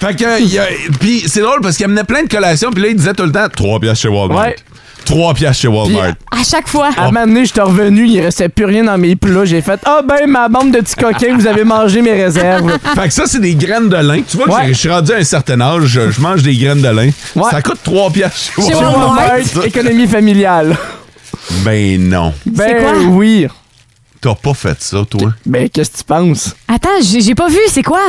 [SPEAKER 5] Fait que, il y a- puis c'est drôle parce qu'il amenait plein de collations, puis là, il disait tout le temps 3 piastres chez Walmart.
[SPEAKER 4] Ouais.
[SPEAKER 5] 3 piastres chez Walmart.
[SPEAKER 3] À chaque fois.
[SPEAKER 4] À un moment donné, j'étais revenu, il restait plus rien dans mes plats. J'ai fait Ah ben, ma bande de petits coquins, vous avez mangé mes réserves.
[SPEAKER 5] Fait que ça, c'est des graines de lin. Tu vois que
[SPEAKER 4] euh, Ouais.
[SPEAKER 5] j'ai- je suis rendu à un certain âge, je, je mange des graines de lin.
[SPEAKER 4] Ouais.
[SPEAKER 5] Ça coûte 3 piastres chez
[SPEAKER 4] Chez
[SPEAKER 5] Walmart.
[SPEAKER 4] Walmart, économie familiale.
[SPEAKER 5] Ben non.
[SPEAKER 4] Ben
[SPEAKER 3] quoi?
[SPEAKER 4] oui.
[SPEAKER 5] T'as pas fait ça, toi.
[SPEAKER 4] Ben qu'est-ce que tu penses?
[SPEAKER 3] Attends, j'ai j'ai pas vu, c'est quoi?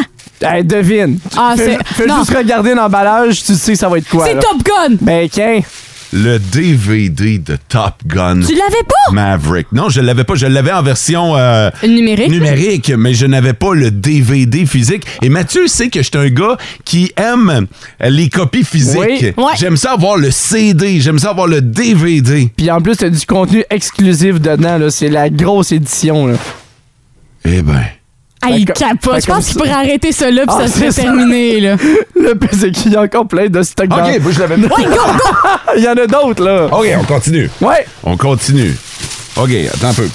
[SPEAKER 4] Hey, devine.
[SPEAKER 3] Ah,
[SPEAKER 4] fais
[SPEAKER 3] c'est-
[SPEAKER 4] fais
[SPEAKER 3] non.
[SPEAKER 4] juste regarder l'emballage, tu sais ça va être quoi.
[SPEAKER 3] c'est
[SPEAKER 4] là.
[SPEAKER 3] Top Gun!
[SPEAKER 4] Ben qu'un.
[SPEAKER 5] le DVD de Top Gun.
[SPEAKER 3] Tu l'avais pas?
[SPEAKER 5] Maverick. Non, je l'avais pas. Je l'avais en version euh,
[SPEAKER 3] Numérique?
[SPEAKER 5] numérique, mais je n'avais pas le DVD physique. Et Mathieu sait que je suis un gars qui aime les copies physiques.
[SPEAKER 4] Oui. Ouais.
[SPEAKER 5] J'aime ça avoir le CD, j'aime ça avoir le DVD.
[SPEAKER 4] Puis en plus, t'as du contenu exclusif dedans, là. C'est la grosse édition, là.
[SPEAKER 5] Eh ben.
[SPEAKER 3] Ah, il capote. Je pense qu'il pourrait arrêter ça là,
[SPEAKER 4] Ah,
[SPEAKER 3] puis ça serait terminé, là.
[SPEAKER 4] Le pire, c'est qu'il y a encore plein de stock
[SPEAKER 5] Ok, moi, je l'avais- Ouais, go,
[SPEAKER 4] go! Il y en a d'autres, là.
[SPEAKER 5] OK, on continue.
[SPEAKER 4] Ouais.
[SPEAKER 5] On continue. OK, attends un peu.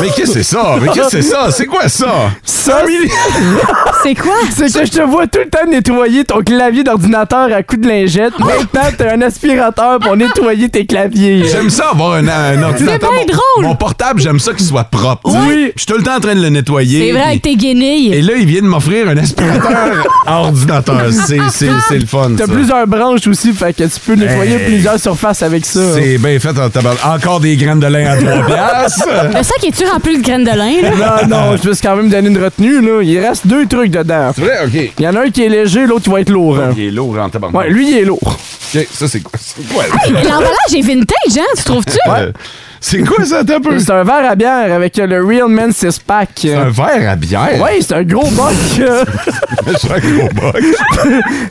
[SPEAKER 5] Mais qu'est-ce que c'est ça? Mais qu'est-ce que c'est ça? C'est quoi ça?
[SPEAKER 4] Ça,
[SPEAKER 3] c'est quoi?
[SPEAKER 4] C'est que je te vois tout le temps nettoyer ton clavier d'ordinateur à coups de
[SPEAKER 3] Ah!
[SPEAKER 4] lingette. Maintenant, t'as un aspirateur pour nettoyer tes claviers.
[SPEAKER 5] J'aime ça avoir un, un ordinateur.
[SPEAKER 3] bien
[SPEAKER 5] Mon-
[SPEAKER 3] drôle.
[SPEAKER 5] Mon portable, j'aime ça qu'il soit propre. Oui. Je suis tout le temps en train de le nettoyer.
[SPEAKER 3] C'est vrai, avec tes
[SPEAKER 5] Puis-
[SPEAKER 3] guenilles.
[SPEAKER 5] Et là, il vient de m'offrir un aspirateur à ordinateur. C'est c'est-
[SPEAKER 3] Ah!
[SPEAKER 5] c'est le fun.
[SPEAKER 4] T'as
[SPEAKER 5] ça.
[SPEAKER 4] plusieurs branches aussi, fait que tu peux nettoyer
[SPEAKER 5] Hey.
[SPEAKER 4] plusieurs surfaces avec ça.
[SPEAKER 5] C'est bien fait en tabarnak. Encore des graines de lin à trois piastres.
[SPEAKER 3] Le sac est-tu rempli de graines de lin, là?
[SPEAKER 4] Non, non, je peux quand même donner une retenue, là. Il reste deux trucs dedans.
[SPEAKER 5] C'est vrai, OK.
[SPEAKER 4] Il y en a un qui est léger, l'autre qui va être lourd. hein.
[SPEAKER 5] Il est lourd en tabarnak.
[SPEAKER 4] Ouais, lui, il est lourd.
[SPEAKER 5] OK, ça, c'est quoi? C'est quoi?
[SPEAKER 3] Hey, L'emballage est vintage, hein? Tu trouves-tu?
[SPEAKER 5] Euh, C'est quoi ça, t'as peu?
[SPEAKER 4] C'est un verre à bière avec euh, le Real Men Six Pack. C'est
[SPEAKER 5] un verre à bière?
[SPEAKER 4] Oui, c'est un gros boc. euh.
[SPEAKER 5] C'est un gros bug.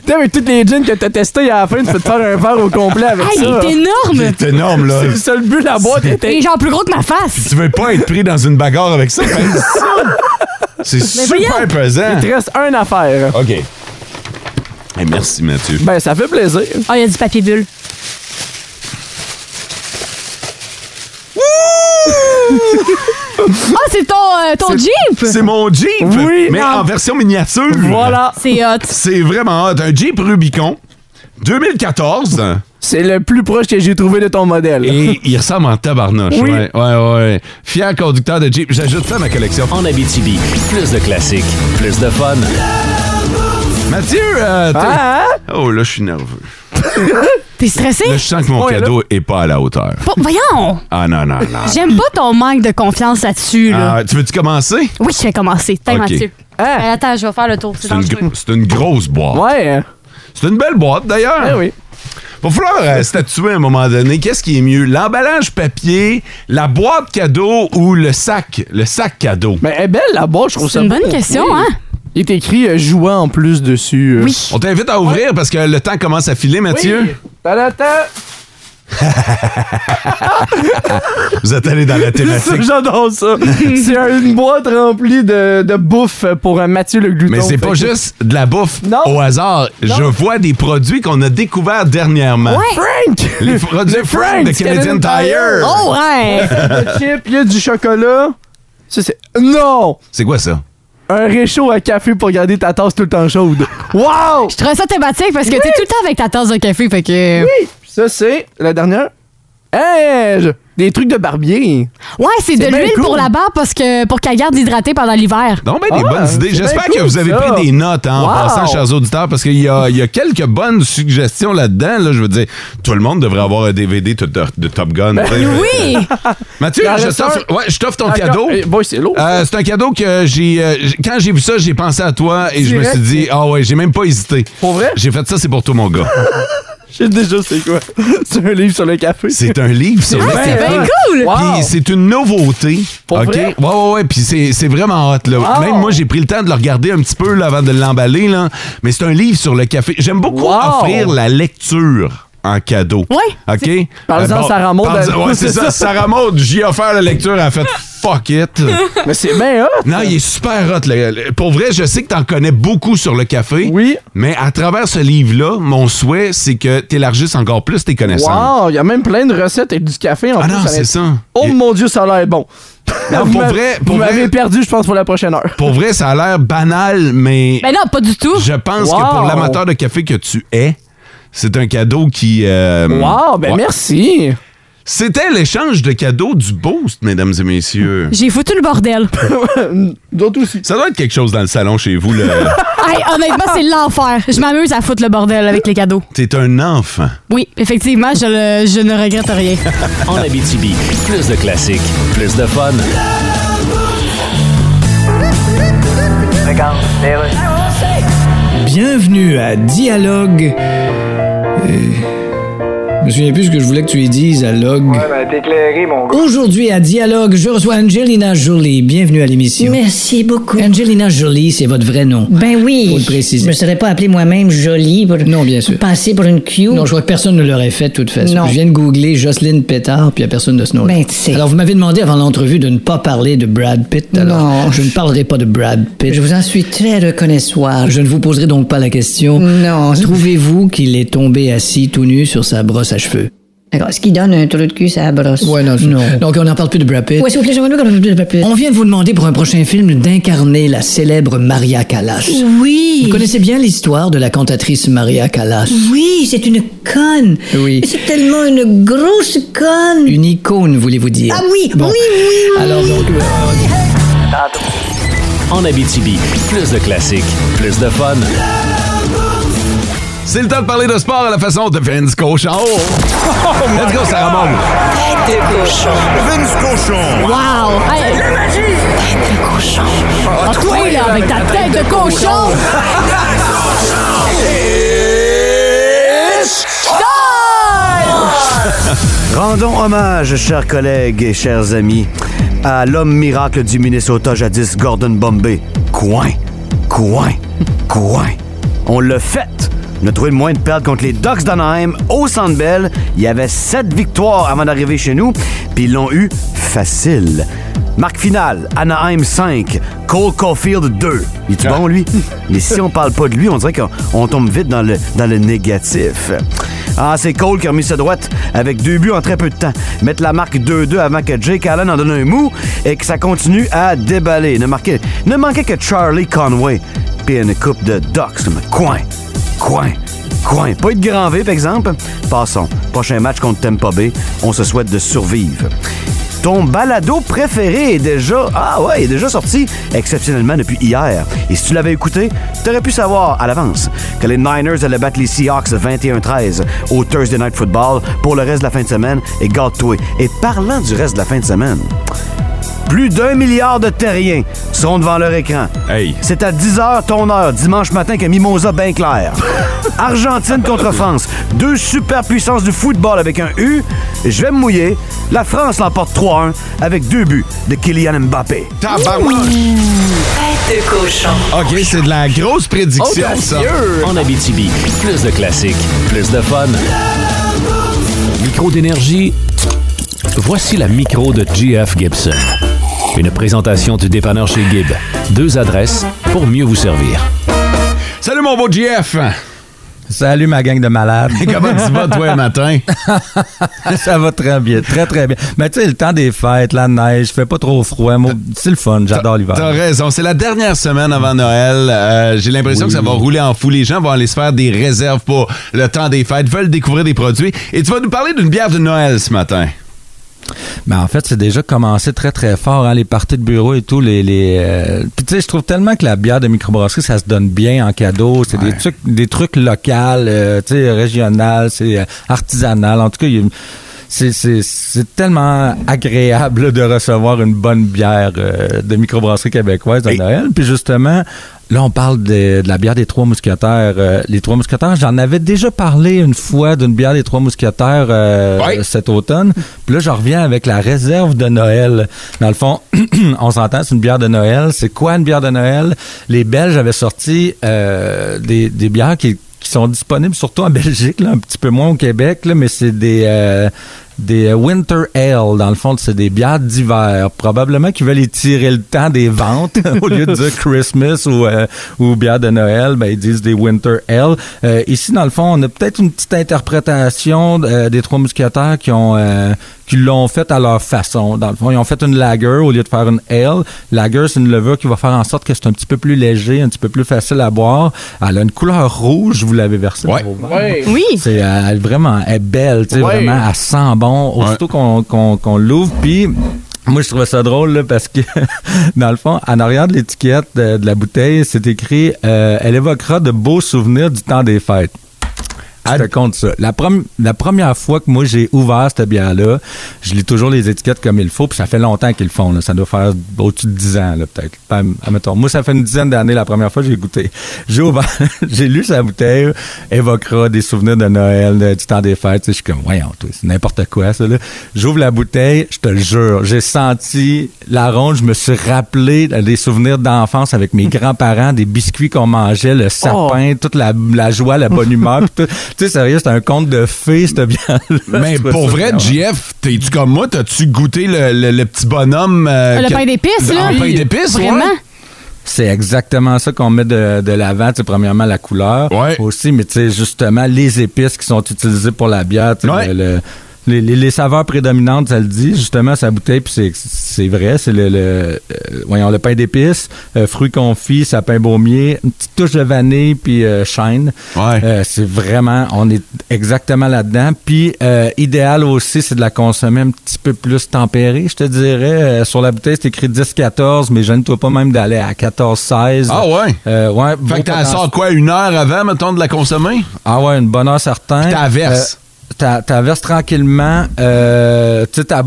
[SPEAKER 4] T'sais, avec toutes les jeans que t'as testés à la fin, tu peux te faire un verre au complet avec
[SPEAKER 3] Hey,
[SPEAKER 4] ça.
[SPEAKER 3] il est énorme!
[SPEAKER 5] C'est énorme, là.
[SPEAKER 4] C'est le seul but, la boîte
[SPEAKER 5] C'est-
[SPEAKER 4] était...
[SPEAKER 3] Il est genre plus gros que ma face.
[SPEAKER 5] Tu veux pas être pris dans une bagarre avec ça? Ben, C'est super pesant.
[SPEAKER 4] Il te reste un affaire.
[SPEAKER 5] OK. Eh, merci, Mathieu.
[SPEAKER 4] Ben, ça fait plaisir.
[SPEAKER 3] Ah, il y a du papier bulle. Ah, c'est ton, euh, ton Jeep!
[SPEAKER 5] C'est mon Jeep,
[SPEAKER 4] Oui,
[SPEAKER 5] mais
[SPEAKER 4] non.
[SPEAKER 5] en version miniature.
[SPEAKER 4] Voilà.
[SPEAKER 3] C'est hot.
[SPEAKER 5] C'est vraiment hot. Un Jeep Rubicon 2014.
[SPEAKER 4] C'est le plus proche que j'ai trouvé de ton modèle.
[SPEAKER 5] Et il ressemble en tabarnouche.
[SPEAKER 4] Oui.
[SPEAKER 5] Ouais, ouais, ouais. Fier conducteur de Jeep. J'ajoute ça à ma collection.
[SPEAKER 2] En Abitibi, plus de classiques, plus de fun.
[SPEAKER 5] Mathieu, euh, t'es-
[SPEAKER 4] Ah, hein?
[SPEAKER 5] Oh, là, je suis nerveux.
[SPEAKER 3] T'es stressé?
[SPEAKER 5] Là, je sens que mon
[SPEAKER 3] Ouais, là.
[SPEAKER 5] cadeau est pas à la hauteur.
[SPEAKER 3] Bon, voyons!
[SPEAKER 5] Ah, non, non, non.
[SPEAKER 3] J'aime pas ton manque de confiance là-dessus, là.
[SPEAKER 5] Ah, tu veux-tu commencer?
[SPEAKER 3] Oui, je vais commencer. T'es
[SPEAKER 5] Ok.
[SPEAKER 3] Mathieu.
[SPEAKER 4] Ah.
[SPEAKER 3] Euh, Attends, je vais faire le tour. C'est
[SPEAKER 5] C'est une,
[SPEAKER 3] dangereux.
[SPEAKER 5] gr- c'est une grosse boîte.
[SPEAKER 4] Ouais.
[SPEAKER 5] C'est une belle boîte, d'ailleurs.
[SPEAKER 4] Eh oui.
[SPEAKER 5] Va falloir euh, statuer à un moment donné qu'est-ce qui est mieux, l'emballage papier, la boîte cadeau ou le sac, le sac cadeau.
[SPEAKER 4] Mais Ben, elle est belle, la boîte, je trouve ça
[SPEAKER 3] C'est une
[SPEAKER 4] beau.
[SPEAKER 3] bonne question,
[SPEAKER 4] Oui.
[SPEAKER 3] hein?
[SPEAKER 4] Il est écrit euh, jouant en plus dessus. euh.
[SPEAKER 3] Oui.
[SPEAKER 5] On t'invite à ouvrir parce que le temps commence à filer, Mathieu.
[SPEAKER 4] Ta-da-ta.
[SPEAKER 5] Vous êtes allé dans la
[SPEAKER 4] Ça,
[SPEAKER 5] thématique.
[SPEAKER 4] J'adore ça. c'est un- une boîte remplie de, de bouffe pour un Mathieu le glouton.
[SPEAKER 5] Mais c'est
[SPEAKER 4] Fait
[SPEAKER 5] pas
[SPEAKER 4] que-
[SPEAKER 5] juste de la bouffe
[SPEAKER 4] Non.
[SPEAKER 5] au hasard. Je vois des produits qu'on a découverts dernièrement.
[SPEAKER 3] Ouais.
[SPEAKER 4] Frank!
[SPEAKER 5] Les produits Frank de
[SPEAKER 4] du
[SPEAKER 5] Canadian Tire.
[SPEAKER 3] Oh, ouais!
[SPEAKER 4] Le chip, il y a du chocolat. Ça, c'est. Non!
[SPEAKER 5] C'est quoi ça?
[SPEAKER 4] Un réchaud à café pour garder ta tasse tout le temps chaude. Wow!
[SPEAKER 3] Je trouvais ça thématique parce que t'es tout le temps avec ta tasse de café, fait que...
[SPEAKER 4] Ça, c'est la dernière. Hey! je- Des trucs de barbier.
[SPEAKER 3] Ouais, c'est de
[SPEAKER 4] bien
[SPEAKER 3] l'huile
[SPEAKER 4] cool.
[SPEAKER 3] pour la barbe parce que, pour qu'elle garde hydratée pendant l'hiver.
[SPEAKER 5] Donc, ben, des
[SPEAKER 4] Ah,
[SPEAKER 5] bonnes idées.
[SPEAKER 4] c'est
[SPEAKER 5] J'espère
[SPEAKER 4] bien
[SPEAKER 5] que vous
[SPEAKER 4] cool,
[SPEAKER 5] avez
[SPEAKER 4] ça.
[SPEAKER 5] pris des notes hein, en
[SPEAKER 4] Wow.
[SPEAKER 5] passant, chers auditeurs, parce qu'il y a, il y a quelques bonnes suggestions là-dedans. Là, je veux dire, tout le monde devrait avoir un DVD de, de- de Top Gun. tu sais.
[SPEAKER 3] Oui!
[SPEAKER 5] Mathieu,
[SPEAKER 4] Il en
[SPEAKER 5] je
[SPEAKER 4] reste
[SPEAKER 5] t'offre
[SPEAKER 4] un.
[SPEAKER 5] ouais, je t'offre ton
[SPEAKER 4] Encore-
[SPEAKER 5] cadeau.
[SPEAKER 4] Eh, boy, c'est lourd.
[SPEAKER 5] Euh, c'est un cadeau que j'ai. euh, j- quand j'ai vu ça, j'ai pensé à toi et je me
[SPEAKER 4] Direct.
[SPEAKER 5] suis dit, ah ouais, j'ai même pas hésité.
[SPEAKER 4] Pour vrai?
[SPEAKER 5] J'ai fait ça, c'est pour toi, mon gars.
[SPEAKER 4] J'ai déjà, c'est quoi? c'est un livre sur le café.
[SPEAKER 5] C'est un livre, sur le
[SPEAKER 3] Ah, c'est
[SPEAKER 5] café.
[SPEAKER 3] bien cool!
[SPEAKER 4] Wow.
[SPEAKER 5] Puis c'est une nouveauté.
[SPEAKER 4] Pour
[SPEAKER 5] OK?
[SPEAKER 4] vrai?
[SPEAKER 5] Ouais, ouais, ouais. Puis c'est c'est vraiment hot, là.
[SPEAKER 4] Wow.
[SPEAKER 5] Même moi, j'ai pris le temps de le regarder un petit peu là, avant de l'emballer, là. Mais c'est un livre sur le café. J'aime beaucoup
[SPEAKER 4] Wow.
[SPEAKER 5] offrir la lecture en cadeau.
[SPEAKER 3] Ouais.
[SPEAKER 5] OK? Euh,
[SPEAKER 4] Parle-en à Sarah Maud.
[SPEAKER 5] parle-en- ouais, c'est ça. Sarah Maud, j'y ai offert la lecture. Elle a fait fuck it.
[SPEAKER 4] Mais c'est bien, hein?
[SPEAKER 5] Non, il est super hot. le- le- Pour vrai, je sais que t'en connais beaucoup sur le café.
[SPEAKER 4] Oui.
[SPEAKER 5] Mais à travers ce livre-là, mon souhait, c'est que t'élargisses encore plus tes connaissances.
[SPEAKER 4] Wow! Il y a même plein de recettes avec du café en
[SPEAKER 5] Ah
[SPEAKER 4] plus.
[SPEAKER 5] non,
[SPEAKER 4] ça
[SPEAKER 5] c'est
[SPEAKER 4] va-
[SPEAKER 5] ça.
[SPEAKER 4] Oh
[SPEAKER 5] Il-
[SPEAKER 4] mon dieu, ça a l'air bon.
[SPEAKER 5] Non,
[SPEAKER 4] Vous
[SPEAKER 5] pour
[SPEAKER 4] m'a-
[SPEAKER 5] vrai, pour
[SPEAKER 4] vous
[SPEAKER 5] vrai-
[SPEAKER 4] m'avez perdu, je pense, pour la prochaine heure.
[SPEAKER 5] Pour vrai, ça a l'air banal, mais
[SPEAKER 3] Ben non, pas du tout.
[SPEAKER 5] je pense
[SPEAKER 4] Wow.
[SPEAKER 5] que pour l'amateur de café que tu es, c'est un cadeau qui... euh,
[SPEAKER 4] Wow, ben
[SPEAKER 5] ouais.
[SPEAKER 4] merci.
[SPEAKER 5] C'était l'échange de cadeaux du Boost, mesdames et messieurs.
[SPEAKER 3] J'ai foutu le bordel.
[SPEAKER 4] D'autres aussi.
[SPEAKER 5] Ça doit être quelque chose dans le salon chez vous. là.
[SPEAKER 3] hey, honnêtement, c'est l'enfer. Je m'amuse à foutre le bordel avec les cadeaux.
[SPEAKER 5] T'es un enfant.
[SPEAKER 3] Oui, effectivement, je, le- je ne regrette rien.
[SPEAKER 2] En Abitibi, plus de classiques, plus de fun.
[SPEAKER 9] Bienvenue à Dialogue. euh, me souviens plus ce que je voulais que tu lui dises à Log.
[SPEAKER 15] Ouais, ben, t'es éclairé, mon gars.
[SPEAKER 9] Aujourd'hui à Dialogue, je reçois Angelina Jolie. Bienvenue à l'émission.
[SPEAKER 13] Merci beaucoup.
[SPEAKER 9] Angelina Jolie, c'est votre vrai nom.
[SPEAKER 13] Ben oui.
[SPEAKER 9] Faut le préciser.
[SPEAKER 13] Je me serais pas appelé moi-même jolie pour
[SPEAKER 9] non, bien sûr.
[SPEAKER 13] passer pour une Q.
[SPEAKER 9] Non, je crois que personne ne l'aurait fait de toute façon.
[SPEAKER 13] Non.
[SPEAKER 9] Je viens de googler Jocelyne Pétard, puis il n'y a personne de ce nom-là.
[SPEAKER 13] Ben, tu sais.
[SPEAKER 9] Alors, vous m'avez demandé avant l'entrevue de ne pas parler de Brad Pitt. Alors,
[SPEAKER 13] Non.
[SPEAKER 9] Je ne parlerai pas de Brad Pitt.
[SPEAKER 13] Je vous en suis très reconnaissable.
[SPEAKER 9] Je ne vous poserai donc pas la question.
[SPEAKER 13] Non.
[SPEAKER 9] Trouvez-vous qu'il est tombé assis tout nu sur sa brosse à cheveux?
[SPEAKER 13] D'accord. Ce qui donne un trou de cul, ça brosse.
[SPEAKER 9] Ouais, non, non. Donc, on n'en parle plus de Brad Pitt.
[SPEAKER 13] Ouais, s'il vous plaît, j'aimerais mieux qu'on ne parle plus.
[SPEAKER 9] On vient de vous demander pour un prochain film d'incarner la célèbre Maria Callas.
[SPEAKER 13] Oui.
[SPEAKER 9] Vous connaissez bien l'histoire de la cantatrice Maria Callas.
[SPEAKER 13] Oui, c'est une conne.
[SPEAKER 9] Oui.
[SPEAKER 13] C'est tellement une grosse conne.
[SPEAKER 9] Une icône, voulez-vous dire.
[SPEAKER 13] Ah oui, oui, oui.
[SPEAKER 9] Alors, donc, euh,
[SPEAKER 2] En Abitibi, plus de classiques, plus de fun.
[SPEAKER 5] C'est le temps de parler de sport à la façon de Vince Cochon.
[SPEAKER 16] Oh
[SPEAKER 5] Let's go, Sarah Maud.
[SPEAKER 11] Tête de cochon. Vince cochon.
[SPEAKER 3] Wow! Hey.
[SPEAKER 11] La magie. Tête de cochon.
[SPEAKER 3] Ah, toi, là, avec ta tête de cochon!
[SPEAKER 17] Rendons hommage, chers collègues et chers amis, à l'homme miracle du Minnesota jadis, Gordon Bombay. Coin, coin, coin. On l'a fait. On a trouvé le moyen de perdre contre les Ducks d'Anaheim au Centre Bell. Il y avait sept victoires avant d'arriver chez nous, puis ils l'ont eu facile. Marque finale, Anaheim 5, Cole Caulfield 2. Il est bon, lui? Mais si on parle pas de lui, on dirait qu'on on tombe vite dans le, dans le négatif. Ah, c'est Cole qui a remis sa droite avec deux buts en très peu de temps. Mettre la marque 2-2 avant que Jake Allen en donne un mou et que ça continue à déballer. Ne, marquer- ne manquait que Charlie Conway. Puis une coupe de Ducks, mais coin, coin, coin. Pas eu de grand V, par exemple. Passons. Prochain match contre Tampa Bay. On se souhaite de survivre. Ton balado préféré est déjà. Ah ouais, est déjà sorti exceptionnellement depuis hier. Et si tu l'avais écouté, t'aurais pu savoir à l'avance que les Niners allaient battre les Seahawks 21-13 au Thursday Night Football pour le reste de la fin de semaine. Et garde-toi. Et parlant du reste de la fin de semaine, plus d'un milliard de terriens seront devant leur écran. C'est à 10h ton heure, dimanche matin, que Mimosa bien clair. Argentine contre France. Deux superpuissances du football avec un U. Je vais me mouiller. La France l'emporte 3-1 avec deux buts de Kylian Mbappé.
[SPEAKER 11] Tête de cochon.
[SPEAKER 5] OK, c'est de la grosse prédiction, ça.
[SPEAKER 2] En Abitibi, plus de classiques, plus de fun. Micro d'énergie, voici la micro de GF Gibson. Une présentation du dépanneur chez Gibb. Deux adresses pour mieux vous servir.
[SPEAKER 5] Salut, mon beau GF.
[SPEAKER 16] Salut ma gang de malades.
[SPEAKER 5] Comment tu vas, toi, le matin?
[SPEAKER 16] ça va très bien, très très bien. Mais tu sais, le temps des fêtes, la neige, fait pas trop froid. Moi, C'est le fun, j'adore
[SPEAKER 5] T'as
[SPEAKER 16] l'hiver.
[SPEAKER 5] raison. C'est la dernière semaine avant Noël. Euh, J'ai l'impression
[SPEAKER 16] Oui.
[SPEAKER 5] que ça va rouler en fou. Les gens vont aller se faire des réserves pour le temps des fêtes, veulent découvrir des produits. Et tu vas nous parler d'une bière de Noël ce matin.
[SPEAKER 16] Mais Ben, en fait, c'est déjà commencé très très fort, hein, les parties de bureau et tout. Les, les, euh, Puis tu sais, je trouve tellement que la bière de microbrasserie, ça se donne bien en cadeau. C'est des trucs des trucs locaux, euh, tu sais, régional, c'est euh, artisanal. En tout cas, il y a une- c'est- c'est c'est tellement agréable là, de recevoir une bonne bière euh, de microbrasserie québécoise à Noël. Puis justement, là, on parle de, de la bière des Trois Mousquetaires. Euh, les Trois Mousquetaires, j'en avais déjà parlé une fois d'une bière des Trois Mousquetaires euh, cet automne. Puis là, je reviens avec la réserve de Noël. Dans le fond, on s'entend, c'est une bière de Noël. C'est quoi une bière de Noël? Les Belges avaient sorti euh, des, des bières qui qui sont disponibles surtout en Belgique, là, un petit peu moins au Québec, là, mais c'est des, euh, des euh, Winter Ale. Dans le fond, c'est des bières d'hiver. Probablement qu'ils veulent étirer le temps des ventes au lieu de dire Christmas ou, euh, ou bière de Noël, ben, ils disent des Winter Ale. Euh, ici, dans le fond, on a peut-être une petite interprétation euh, des trois mousquetaires qui ont euh, qui l'ont fait à leur façon. Dans le fond, ils ont fait une lager au lieu de faire une ale. Lager, c'est une levure qui va faire en sorte que c'est un petit peu plus léger, un petit peu plus facile à boire. Elle a une couleur rouge, vous l'avez versée dans vos verres.
[SPEAKER 11] Ouais.
[SPEAKER 3] Oui.
[SPEAKER 16] C'est euh, elle est vraiment elle est belle, tu sais,
[SPEAKER 11] Ouais.
[SPEAKER 16] vraiment, elle sent bon. Aussitôt qu'on qu'on- qu'on l'ouvre, puis. Moi, je trouvais ça drôle là, parce que, dans le fond, en arrière de l'étiquette euh, de, la bouteille, c'est écrit euh, Elle évoquera de beaux souvenirs du temps des fêtes. Je te compte ça. La, prom- la première fois que moi j'ai ouvert cette bière-là, je lis toujours les étiquettes comme il faut, puis ça fait longtemps qu'ils le font. là. Ça doit faire au-dessus de 10 ans, là, peut-être. Ben, admettons. Moi, ça fait une dizaine d'années la première fois que j'ai goûté. J'ai ouvert, j'ai lu sa bouteille, évoquera des souvenirs de Noël, de- du temps des fêtes. Tu sais, Je suis comme, voyons, toi, c'est n'importe quoi, ça. là. J'ouvre la bouteille, je te le jure, j'ai senti la ronde, je me suis rappelé des souvenirs d'enfance avec mes grands-parents, des biscuits qu'on mangeait, le sapin,
[SPEAKER 5] Oh.
[SPEAKER 16] toute la, la joie, la bonne humeur. puis tout. Tu sais, sérieux, c'est un conte de fées, cette bière
[SPEAKER 5] Mais pour vrai, JF, t'es-tu comme moi? T'as-tu goûté le, le- le petit bonhomme? euh,
[SPEAKER 3] Ah, Le
[SPEAKER 5] que-
[SPEAKER 3] pain d'épices, là.
[SPEAKER 5] En pain d'épices, ouais.
[SPEAKER 3] Vraiment?
[SPEAKER 16] C'est exactement ça qu'on met de, de l'avant. Tu sais, premièrement, la couleur aussi, mais tu sais, justement, les épices qui sont utilisées pour la bière. tu sais, le- le- les, les- les saveurs prédominantes, ça le dit, justement, sa bouteille, puis c'est- c'est vrai, c'est le, le, euh, voyons, le pain d'épices, euh, fruits confits, sapin baumier, une petite touche de vanille, puis euh, chêne. Euh, c'est vraiment, on est exactement là-dedans. Puis, euh, idéal aussi, c'est de la consommer un petit peu plus tempérée, je te dirais. Euh, sur la bouteille, c'est écrit 10-14, mais je ne dois pas même d'aller à 14-16.
[SPEAKER 5] Ah ouais?
[SPEAKER 16] Euh, ouais.
[SPEAKER 5] Fait
[SPEAKER 16] beau
[SPEAKER 5] que t'en
[SPEAKER 16] potentiel.
[SPEAKER 5] sors quoi, une heure avant, mettons, de la consommer?
[SPEAKER 16] Ah ouais, une bonne heure certaine.
[SPEAKER 5] Puis t'averses.
[SPEAKER 16] Euh, t'a- t'averses tranquillement. Euh, tu sais, t'as-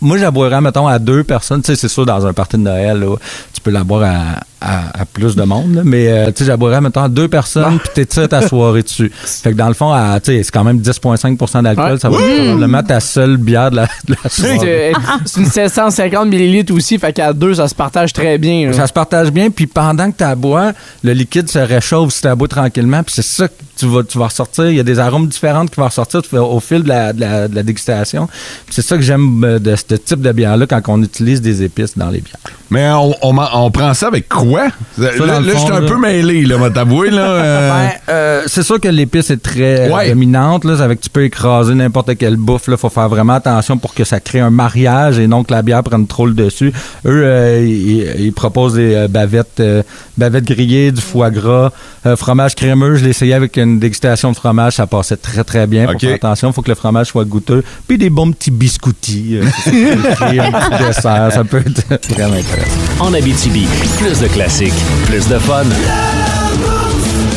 [SPEAKER 16] moi, je la boirais, mettons, à deux personnes. Tu sais, c'est sûr, dans un party de Noël, là, tu peux la boire à, à- à plus de monde. là. mais, euh, tu sais, je la boirais, mettons, à deux
[SPEAKER 5] Ah.
[SPEAKER 16] personnes, puis t'étires ta soirée dessus. Fait que, dans le fond, à- tu sais, c'est quand même 10,5 d'alcool.
[SPEAKER 4] Ouais.
[SPEAKER 16] Ça va être
[SPEAKER 4] Ouh!
[SPEAKER 16] probablement ta seule bière de la, de la
[SPEAKER 4] C'est
[SPEAKER 16] soirée.
[SPEAKER 4] c'est une 750 millilitres aussi, fait qu'à deux, ça se partage très bien. là.
[SPEAKER 16] Ça se partage bien, puis pendant que tu bois, le liquide se réchauffe si tu bois tranquillement, puis c'est ça que tu vas, tu vas ressortir. Il y a des arômes différentes qui vont ressortir tu fais au fil de la, de la- de la dégustation. Puis C'est ça que j'aime euh, de ce type de bière-là quand on utilise des épices dans les bières.
[SPEAKER 5] Mais on, on m'en- on prend ça avec quoi? Là,
[SPEAKER 16] dans
[SPEAKER 5] là,
[SPEAKER 16] le
[SPEAKER 5] je
[SPEAKER 16] fond,
[SPEAKER 5] suis un
[SPEAKER 16] là.
[SPEAKER 5] peu mêlé, là, m'a t'avouer, là. euh,
[SPEAKER 16] Ben, euh, c'est sûr que l'épice est très euh,
[SPEAKER 5] Ouais.
[SPEAKER 16] dominante. Là, avec, tu peux écraser n'importe quelle bouffe. Il faut faire vraiment attention pour que ça crée un mariage et non que la bière prenne trop le dessus. Eux, euh, ils, ils proposent des euh, bavettes, euh, bavettes grillées, du foie gras, euh, fromage crémeux. Je l'ai essayé avec une dégustation de fromage. Ça passait très, très bien. Faut
[SPEAKER 5] Ok.
[SPEAKER 16] faire attention. Il faut que le fromage soit goûteux. Puis des bons petits biscoutis. euh, qui sont écrits, un petit dessert. Ça peut être vraiment intéressant.
[SPEAKER 2] En Abitibi, plus de classiques, plus de fun.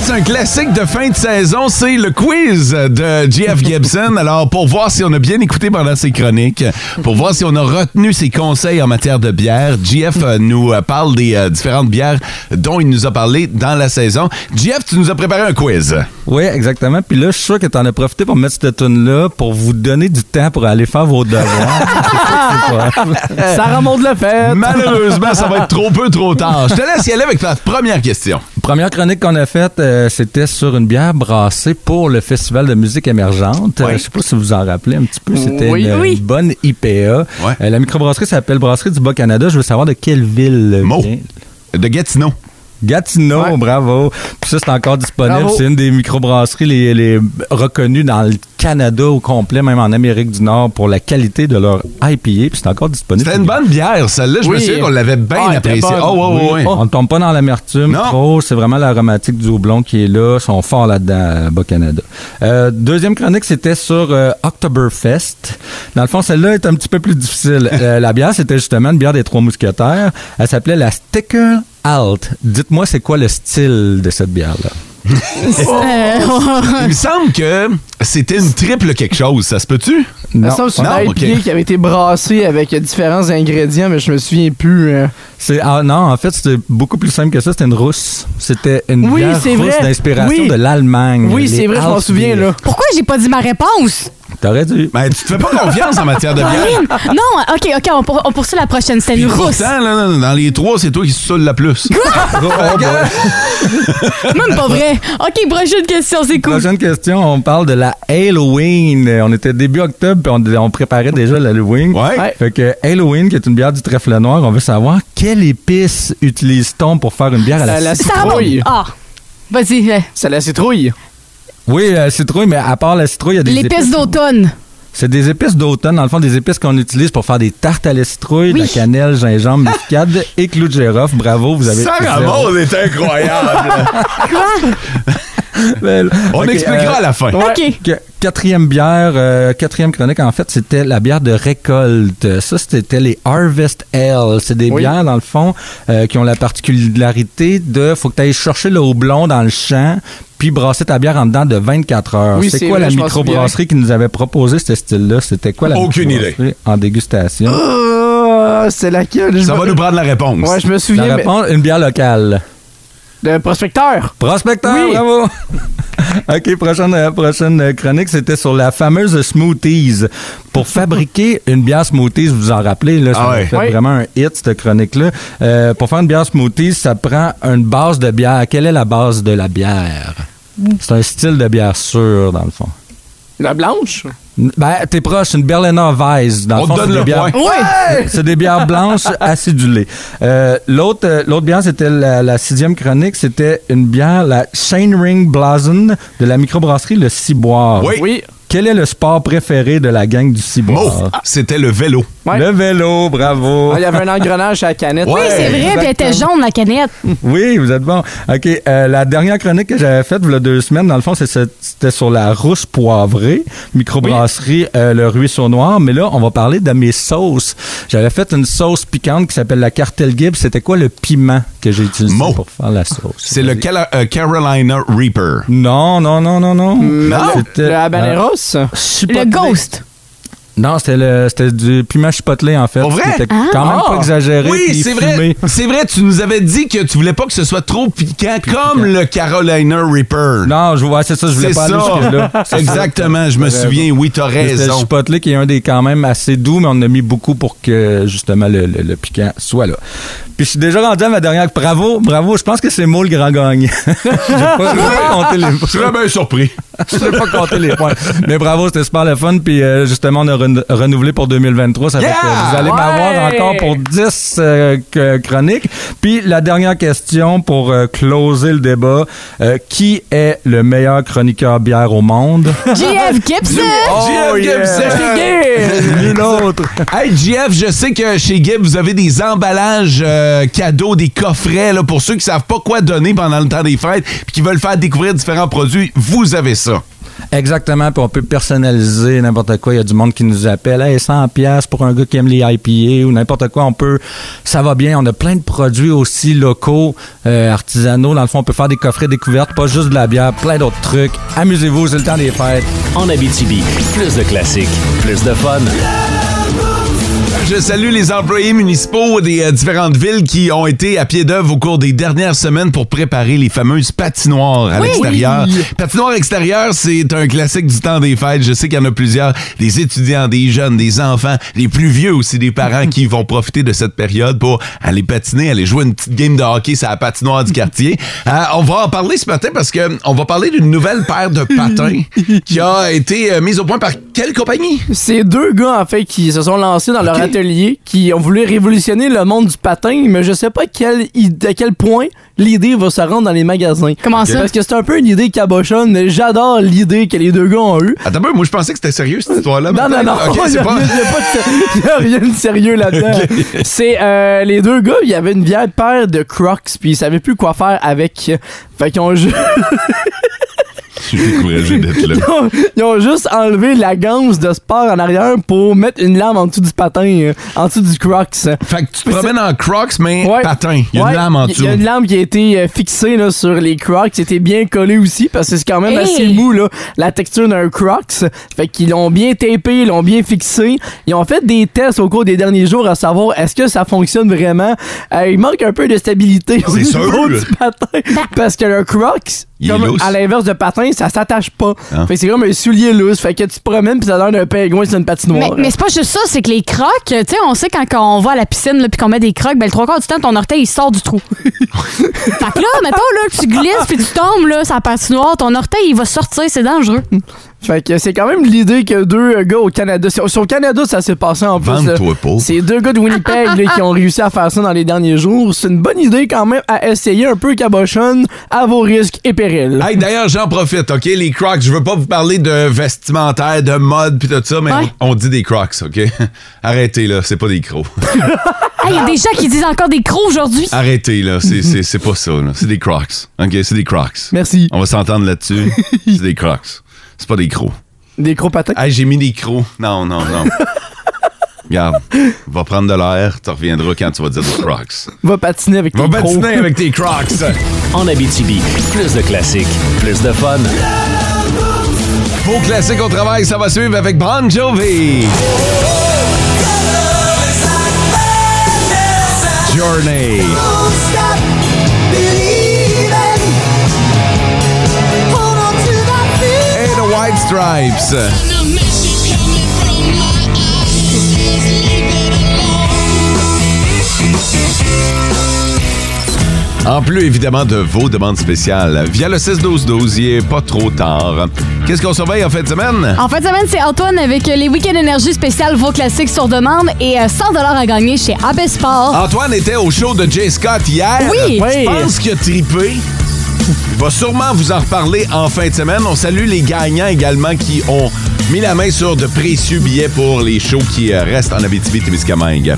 [SPEAKER 5] C'est un classique de fin de saison, c'est le quiz de Jeff Gibson. Alors, pour voir si on a bien écouté pendant ses chroniques, pour voir si on a retenu ses conseils en matière de bière, Jeff euh, nous euh, parle des euh, différentes bières dont il nous a parlé dans la saison. Jeff, tu nous as préparé un quiz.
[SPEAKER 16] Oui, exactement. Puis là, je suis sûr que t'en as profité pour mettre cette tune là pour vous donner du temps pour aller faire vos devoirs.
[SPEAKER 4] Ça remonte le fait.
[SPEAKER 5] Malheureusement, ça va être trop peu, trop tard. Je te laisse y aller avec ta première question.
[SPEAKER 16] Première chronique qu'on a faite, euh, c'était sur une bière brassée pour le Festival de musique émergente. Euh, je sais pas si vous vous en rappelez un petit peu. C'était
[SPEAKER 5] Oui.
[SPEAKER 16] une,
[SPEAKER 5] Oui.
[SPEAKER 16] une bonne IPA. Euh, la microbrasserie s'appelle Brasserie du Bas-Canada. Je veux savoir de quelle ville euh, vient.
[SPEAKER 5] De Gatineau.
[SPEAKER 16] Gatineau, bravo. Puis ça, c'est encore disponible.
[SPEAKER 5] Bravo.
[SPEAKER 16] C'est une des microbrasseries les, les reconnues dans le Canada au complet, même en Amérique du Nord, pour la qualité de leur IPA. Puis c'est encore disponible.
[SPEAKER 5] C'était une bonne bière, celle-là. Je me
[SPEAKER 16] Oui.
[SPEAKER 5] souviens qu'on l'avait bien
[SPEAKER 16] Ah, elle était
[SPEAKER 5] appréciée.
[SPEAKER 16] bonne.
[SPEAKER 5] Oh, ouais, ouais,
[SPEAKER 16] Oui.
[SPEAKER 5] ouais.
[SPEAKER 16] On ne tombe pas dans l'amertume trop. C'est vraiment l'aromatique du houblon qui est là. Ils sont forts là-dedans à Bas-Canada. Euh, deuxième chronique, c'était sur euh, Oktoberfest. Dans le fond, celle-là est un petit peu plus difficile. Euh, la bière, c'était justement une bière des Trois Mousquetaires. Elle s'appelait la Sticker Alt. Dites-moi, c'est quoi le style de cette bière-là?
[SPEAKER 3] Euh,
[SPEAKER 12] Oh,
[SPEAKER 5] Il me semble Hmm. que c'était une triple quelque chose. Ça se peut-tu?
[SPEAKER 4] Ça semble que c'est une IPA
[SPEAKER 5] ok.
[SPEAKER 4] qui avait été brassée avec différents ingrédients, mais je me souviens plus. euh.
[SPEAKER 16] C'est- ah non, en fait, c'était beaucoup plus simple que ça. C'était une rousse. C'était une
[SPEAKER 4] Oui,
[SPEAKER 16] bière
[SPEAKER 4] c'est
[SPEAKER 16] rousse
[SPEAKER 4] vrai.
[SPEAKER 16] d'inspiration
[SPEAKER 4] Oui.
[SPEAKER 16] de l'Allemagne.
[SPEAKER 4] Oui,
[SPEAKER 16] Les
[SPEAKER 4] c'est vrai, je m'en
[SPEAKER 16] Alt
[SPEAKER 4] souviens,
[SPEAKER 16] Beer.
[SPEAKER 4] là.
[SPEAKER 3] Pourquoi j'ai pas dit ma réponse?
[SPEAKER 16] T'aurais dû.
[SPEAKER 5] Ben, tu te fais pas confiance en matière de bière.
[SPEAKER 3] Colin! Non, OK, OK, on, pour- on poursuit la prochaine. C'était une rousse.
[SPEAKER 5] Pourtant, là, là, dans les trois, c'est toi qui saoule la plus.
[SPEAKER 3] Même pas vrai. OK, prochaine question, c'est cool.
[SPEAKER 16] Prochaine question, on parle de la Halloween. Euh, On était début octobre, puis on, on préparait déjà l'Halloween.
[SPEAKER 5] Ouais.
[SPEAKER 16] Fait que Halloween, qui est une bière du trèfle noir, on veut savoir quelle épice utilise-t-on pour faire une bière à la,
[SPEAKER 4] Ça, la
[SPEAKER 16] citrouille?
[SPEAKER 4] citrouille.
[SPEAKER 3] Ah, vas-y. euh,
[SPEAKER 4] C'est la citrouille.
[SPEAKER 16] Oui, la citrouille, mais à part la citrouille, il y a des
[SPEAKER 3] L'épice d'automne.
[SPEAKER 16] C'est des épices d'automne, dans le fond, des épices qu'on utilise pour faire des tartes à la citrouille, de la cannelle, gingembre, muscade et clou de girofle. Bravo, vous avez...
[SPEAKER 5] Sarah
[SPEAKER 16] zéro.
[SPEAKER 5] Maud est incroyable.
[SPEAKER 3] Quoi?
[SPEAKER 5] On expliquera à la fin.
[SPEAKER 16] Qu- euh, Quatrième bière, euh, quatrième chronique, en fait, c'était la bière de récolte. Ça, c'était les Harvest Ale. C'est des
[SPEAKER 15] Oui.
[SPEAKER 16] bières, dans le fond, euh, qui ont la particularité de faut que tu ailles chercher le houblon dans le champ puis brasser ta bière en dedans de 24 heures.
[SPEAKER 15] Oui,
[SPEAKER 16] c'est
[SPEAKER 15] c'est
[SPEAKER 16] quoi
[SPEAKER 15] vrai,
[SPEAKER 16] la
[SPEAKER 15] je m'en
[SPEAKER 16] microbrasserie qui nous avait proposé ce style-là? C'était quoi la
[SPEAKER 5] Aucune
[SPEAKER 16] microbrasserie en dégustation?
[SPEAKER 4] Ah, c'est laquelle? Je me- Ouais, je me souviens.
[SPEAKER 16] La
[SPEAKER 4] mais-
[SPEAKER 16] réponse, une bière locale.
[SPEAKER 4] Le prospecteur.
[SPEAKER 16] Prospecteur, bravo! OK, prochaine, euh, prochaine euh, chronique, c'était sur la fameuse smoothies. Pour fabriquer une bière smoothies, vous vous en rappelez, là, ça
[SPEAKER 5] Ah
[SPEAKER 16] a
[SPEAKER 5] ouais.
[SPEAKER 16] fait
[SPEAKER 5] Oui.
[SPEAKER 16] vraiment un hit, cette chronique-là. Euh, pour faire une bière smoothies, ça prend une base de bière. Quelle est la base de la bière?
[SPEAKER 5] Mm.
[SPEAKER 16] C'est un style de bière sûre, dans le fond.
[SPEAKER 4] La blanche?
[SPEAKER 16] Ben, t'es proche, une Berliner Weiss. Dans
[SPEAKER 5] On
[SPEAKER 16] le fond,
[SPEAKER 5] te donne
[SPEAKER 16] c'est des
[SPEAKER 5] le
[SPEAKER 16] bières-
[SPEAKER 5] point. Ouais!
[SPEAKER 16] C'est des bières blanches acidulées. Euh, l'autre, euh, l'autre bière, c'était la, la sixième chronique, c'était une bière, la Chain Ring Blazen de la microbrasserie Le Ciboire.
[SPEAKER 5] Oui.
[SPEAKER 16] Quel est le sport préféré de la gang du Ciboire?
[SPEAKER 5] Mo, c'était le vélo.
[SPEAKER 16] Le vélo, bravo.
[SPEAKER 5] Oh.
[SPEAKER 4] Ah, Il y avait un engrenage à la canette.
[SPEAKER 3] oui, c'est vrai, puis elle était jaune, la canette.
[SPEAKER 16] Oui, vous êtes bon. OK, euh, la dernière chronique que j'avais faite, il y a deux semaines, dans le fond, c'est ce- c'était sur la rousse poivrée, microbrasserie euh, Le Ruisseau Noir. Mais là, on va parler de mes sauces. J'avais fait une sauce piquante qui s'appelle la Cartel Gibbs. C'était quoi le piment que j'ai utilisé pour faire la sauce?
[SPEAKER 5] C'est le Cala- euh, Carolina Reaper.
[SPEAKER 16] Non, non, non, non, non.
[SPEAKER 5] Non,
[SPEAKER 16] C'était-
[SPEAKER 5] le habaneros?
[SPEAKER 16] Ah, chipotle.
[SPEAKER 3] Ghost.
[SPEAKER 16] Non, c'était le- c'était du piment chipotlé, en fait.
[SPEAKER 5] Pour vrai?
[SPEAKER 16] C'était quand même
[SPEAKER 5] Ah!
[SPEAKER 16] pas exagéré.
[SPEAKER 5] Oui,
[SPEAKER 16] puis
[SPEAKER 5] c'est
[SPEAKER 16] fumé.
[SPEAKER 5] vrai. C'est vrai, tu nous avais dit que tu voulais pas que ce soit trop piquant comme le Carolina Reaper.
[SPEAKER 16] Non, je vois, c'est ça, je voulais pas aller jusque-là. C'est ça.
[SPEAKER 5] Exactement, je me
[SPEAKER 16] T'as
[SPEAKER 5] souviens,
[SPEAKER 16] raison.
[SPEAKER 5] oui, t'as
[SPEAKER 16] Mais c'était le
[SPEAKER 5] raison.
[SPEAKER 16] chipotle qui est un des quand même assez doux, mais on en a mis beaucoup pour que justement le, le- le piquant soit là. Puis je suis déjà rendu à ma dernière. Bravo, bravo, je pense que c'est moi le grand gagnant. J'ai pas, j'ai pas compté les points.
[SPEAKER 5] Je serais bien surpris.
[SPEAKER 16] Je n'ai pas compté les points. Mais bravo, c'était super le fun. Puis euh, justement, on a ren- renouvelé pour 2023. Ça fait que vous allez m'avoir
[SPEAKER 15] Ouais!
[SPEAKER 16] encore pour 10 euh, que- chroniques. Puis la dernière question pour euh, closer le débat. Euh, qui est le meilleur chroniqueur bière au monde?
[SPEAKER 3] JF Gibson!
[SPEAKER 16] Oh,
[SPEAKER 5] JF Gibson!
[SPEAKER 16] Nul autre.
[SPEAKER 5] Hey, JF, je sais que chez Gibb, vous avez des emballages euh, cadeaux, des coffrets. Là, pour ceux qui savent pas quoi donner pendant le temps des fêtes puis qui veulent faire découvrir différents produits, vous avez ça.
[SPEAKER 16] Exactement, puis on peut personnaliser n'importe quoi. Il y a du monde qui nous appelle, hey, 100 pièces pour un gars qui aime les IPA ou n'importe quoi. On peut, ça va bien. On a plein de produits aussi locaux, euh, artisanaux. Dans le fond, on peut faire des coffrets découvertes, pas juste de la bière, plein d'autres trucs. Amusez-vous, c'est le temps des fêtes.
[SPEAKER 2] En Abitibi, plus de classiques, plus de fun.
[SPEAKER 5] Je salue les employés municipaux des euh, différentes villes qui ont été à pied d'œuvre au cours des dernières semaines pour préparer les fameuses patinoires à
[SPEAKER 15] Oui.
[SPEAKER 5] l'extérieur.
[SPEAKER 15] Oui.
[SPEAKER 5] Patinoire extérieure, c'est un classique du temps des fêtes. Je sais qu'il y en a plusieurs, des étudiants, des jeunes, des enfants, les plus vieux aussi, des parents qui vont profiter de cette période pour aller patiner, aller jouer une petite game de hockey sur la patinoire du quartier. Euh, on va en parler ce matin parce que on va parler d'une nouvelle paire de patins qui a été euh, mise au point par quelle compagnie?
[SPEAKER 4] C'est deux gars, en fait, qui se sont lancés dans leur atelier, qui ont voulu révolutionner le monde du patin, mais je sais pas quel, id- à quel point l'idée va se rendre dans les magasins. Comment
[SPEAKER 5] ça?
[SPEAKER 4] Parce que c'est un peu une idée cabochonne, mais j'adore l'idée que les deux gars ont eue.
[SPEAKER 5] Attends, un peu, moi je pensais que c'était sérieux cette histoire-là.
[SPEAKER 4] Non, non,
[SPEAKER 5] peut-être.
[SPEAKER 4] non,
[SPEAKER 5] Ok,
[SPEAKER 4] il n'y
[SPEAKER 5] c'est
[SPEAKER 4] a,
[SPEAKER 5] pas...
[SPEAKER 4] il y a pas de- il y a rien de sérieux là-dedans. C'est euh, les deux gars, il y avait une vieille paire de crocs, puis ils savaient plus quoi faire avec. Fait qu'ils ont juste.
[SPEAKER 5] Je suis découragé d'être là.
[SPEAKER 4] Ils ont- Ils ont juste enlevé la ganse de sport en arrière pour mettre une lame en dessous du patin, euh, en dessous du Crocs. Fait
[SPEAKER 5] que tu te promènes en Crocs, mais patin. Il y a une
[SPEAKER 4] Ouais,
[SPEAKER 5] lame en
[SPEAKER 4] il y-
[SPEAKER 5] dessous.
[SPEAKER 4] Il y a une lame qui a été euh, fixée là, sur les Crocs. C'était bien collé aussi parce que c'est quand même
[SPEAKER 15] Hey!
[SPEAKER 4] assez mou là, la texture d'un Crocs. Fait qu'ils l'ont bien tapé, ils l'ont bien fixé. Ils ont fait des tests au cours des derniers jours à savoir est-ce que ça fonctionne vraiment. Euh, il manque un peu de stabilité au
[SPEAKER 5] C'est sûr.
[SPEAKER 4] niveau du patin parce que le Crocs,
[SPEAKER 5] Il est
[SPEAKER 4] comme
[SPEAKER 5] lousse.
[SPEAKER 4] à l'inverse de patin, ça s'attache pas.
[SPEAKER 5] Ah.
[SPEAKER 4] Fait que c'est comme un soulier lousse. Fait que tu te promènes puis ça a l'air d'un pingouin sur une
[SPEAKER 3] Mais,
[SPEAKER 4] patinoire.
[SPEAKER 3] mais c'est pas juste ça, c'est que les crocs, tu sais, on sait quand, quand on va à la piscine là, puis qu'on met des crocs, ben le trois quarts du temps, ton orteil, il sort du trou. fait que là, mettons, là, tu glisses puis tu tombes, là, ça patinoire, ton orteil, il va sortir, c'est dangereux.
[SPEAKER 4] Fait que c'est quand même l'idée que deux euh, gars au Canada. Sur sur le Canada, ça s'est passé en plus. là.
[SPEAKER 5] Vente-toi pas.
[SPEAKER 4] C'est deux gars de Winnipeg là, qui ont réussi à faire ça dans les derniers jours. C'est une bonne idée quand même à essayer un peu cabochonne à vos risques et périls.
[SPEAKER 5] Hey, d'ailleurs, j'en profite, OK? Les Crocs, je veux pas vous parler de vestimentaire, de mode, puis tout ça, mais
[SPEAKER 3] Ouais.
[SPEAKER 5] on, on dit des Crocs, OK? Arrêtez, là, c'est pas des crocs.
[SPEAKER 3] Il y a des gens qui disent encore des crocs aujourd'hui.
[SPEAKER 5] Arrêtez, là, c'est, c'est, c'est pas ça, là. C'est des Crocs, OK? C'est des Crocs.
[SPEAKER 4] Merci.
[SPEAKER 5] On va s'entendre là-dessus. c'est des Crocs. C'est pas des crocs.
[SPEAKER 4] Des crocs patins?
[SPEAKER 5] Hey, j'ai mis des crocs. Non, non, non. Regarde, va prendre de l'air, tu reviendras quand tu vas dire des Crocs.
[SPEAKER 4] Va patiner avec
[SPEAKER 5] Va
[SPEAKER 4] tes crocs.
[SPEAKER 5] patiner avec tes Crocs.
[SPEAKER 2] En Abitibi, plus de classiques, plus de fun.
[SPEAKER 5] Vos classiques au travail, ça va suivre avec Bon Jovi. Journey. Et The White Stripes. En plus, évidemment, de vos demandes spéciales. Via le 6-12-12, il est pas trop tard. Qu'est-ce qu'on surveille en fin de semaine?
[SPEAKER 3] En fin de semaine, c'est Antoine avec euh, les week-ends énergie spéciales vos classiques sur demande et euh, 100 à gagner chez AB Sport.
[SPEAKER 5] Antoine était au show de Jay Scott hier.
[SPEAKER 3] Oui.
[SPEAKER 5] Je
[SPEAKER 3] Oui.
[SPEAKER 5] pense qu'il a trippé. Il va sûrement vous en reparler en fin de semaine. On salue les gagnants également qui ont mis la main sur de précieux billets pour les shows qui euh, restent en Abitibi-Témiscamingue.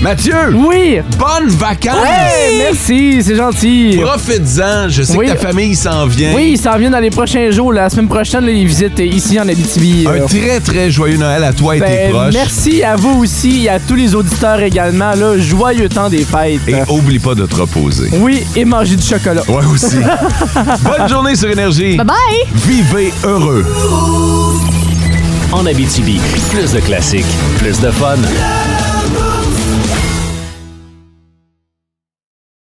[SPEAKER 5] Mathieu!
[SPEAKER 4] Oui!
[SPEAKER 5] Bonnes vacances!
[SPEAKER 4] Ouais, merci, c'est gentil.
[SPEAKER 5] Profites-en. Je sais
[SPEAKER 4] Oui.
[SPEAKER 5] que ta famille s'en vient.
[SPEAKER 4] Oui, il s'en vient dans les prochains jours. La semaine prochaine, là, les visites euh, ici en Abitibi.
[SPEAKER 5] Un
[SPEAKER 4] euh,
[SPEAKER 5] très, très joyeux Noël à toi et
[SPEAKER 4] ben,
[SPEAKER 5] tes proches.
[SPEAKER 4] merci à vous aussi et à tous les auditeurs également. Là, joyeux temps des fêtes.
[SPEAKER 5] Et oublie pas de te reposer.
[SPEAKER 4] Oui, et manger du chocolat.
[SPEAKER 5] Ouais, aussi. Bonne journée sur Énergie.
[SPEAKER 3] Bye bye!
[SPEAKER 5] Vivez heureux.
[SPEAKER 2] En Abitibi, plus de classiques, plus de fun.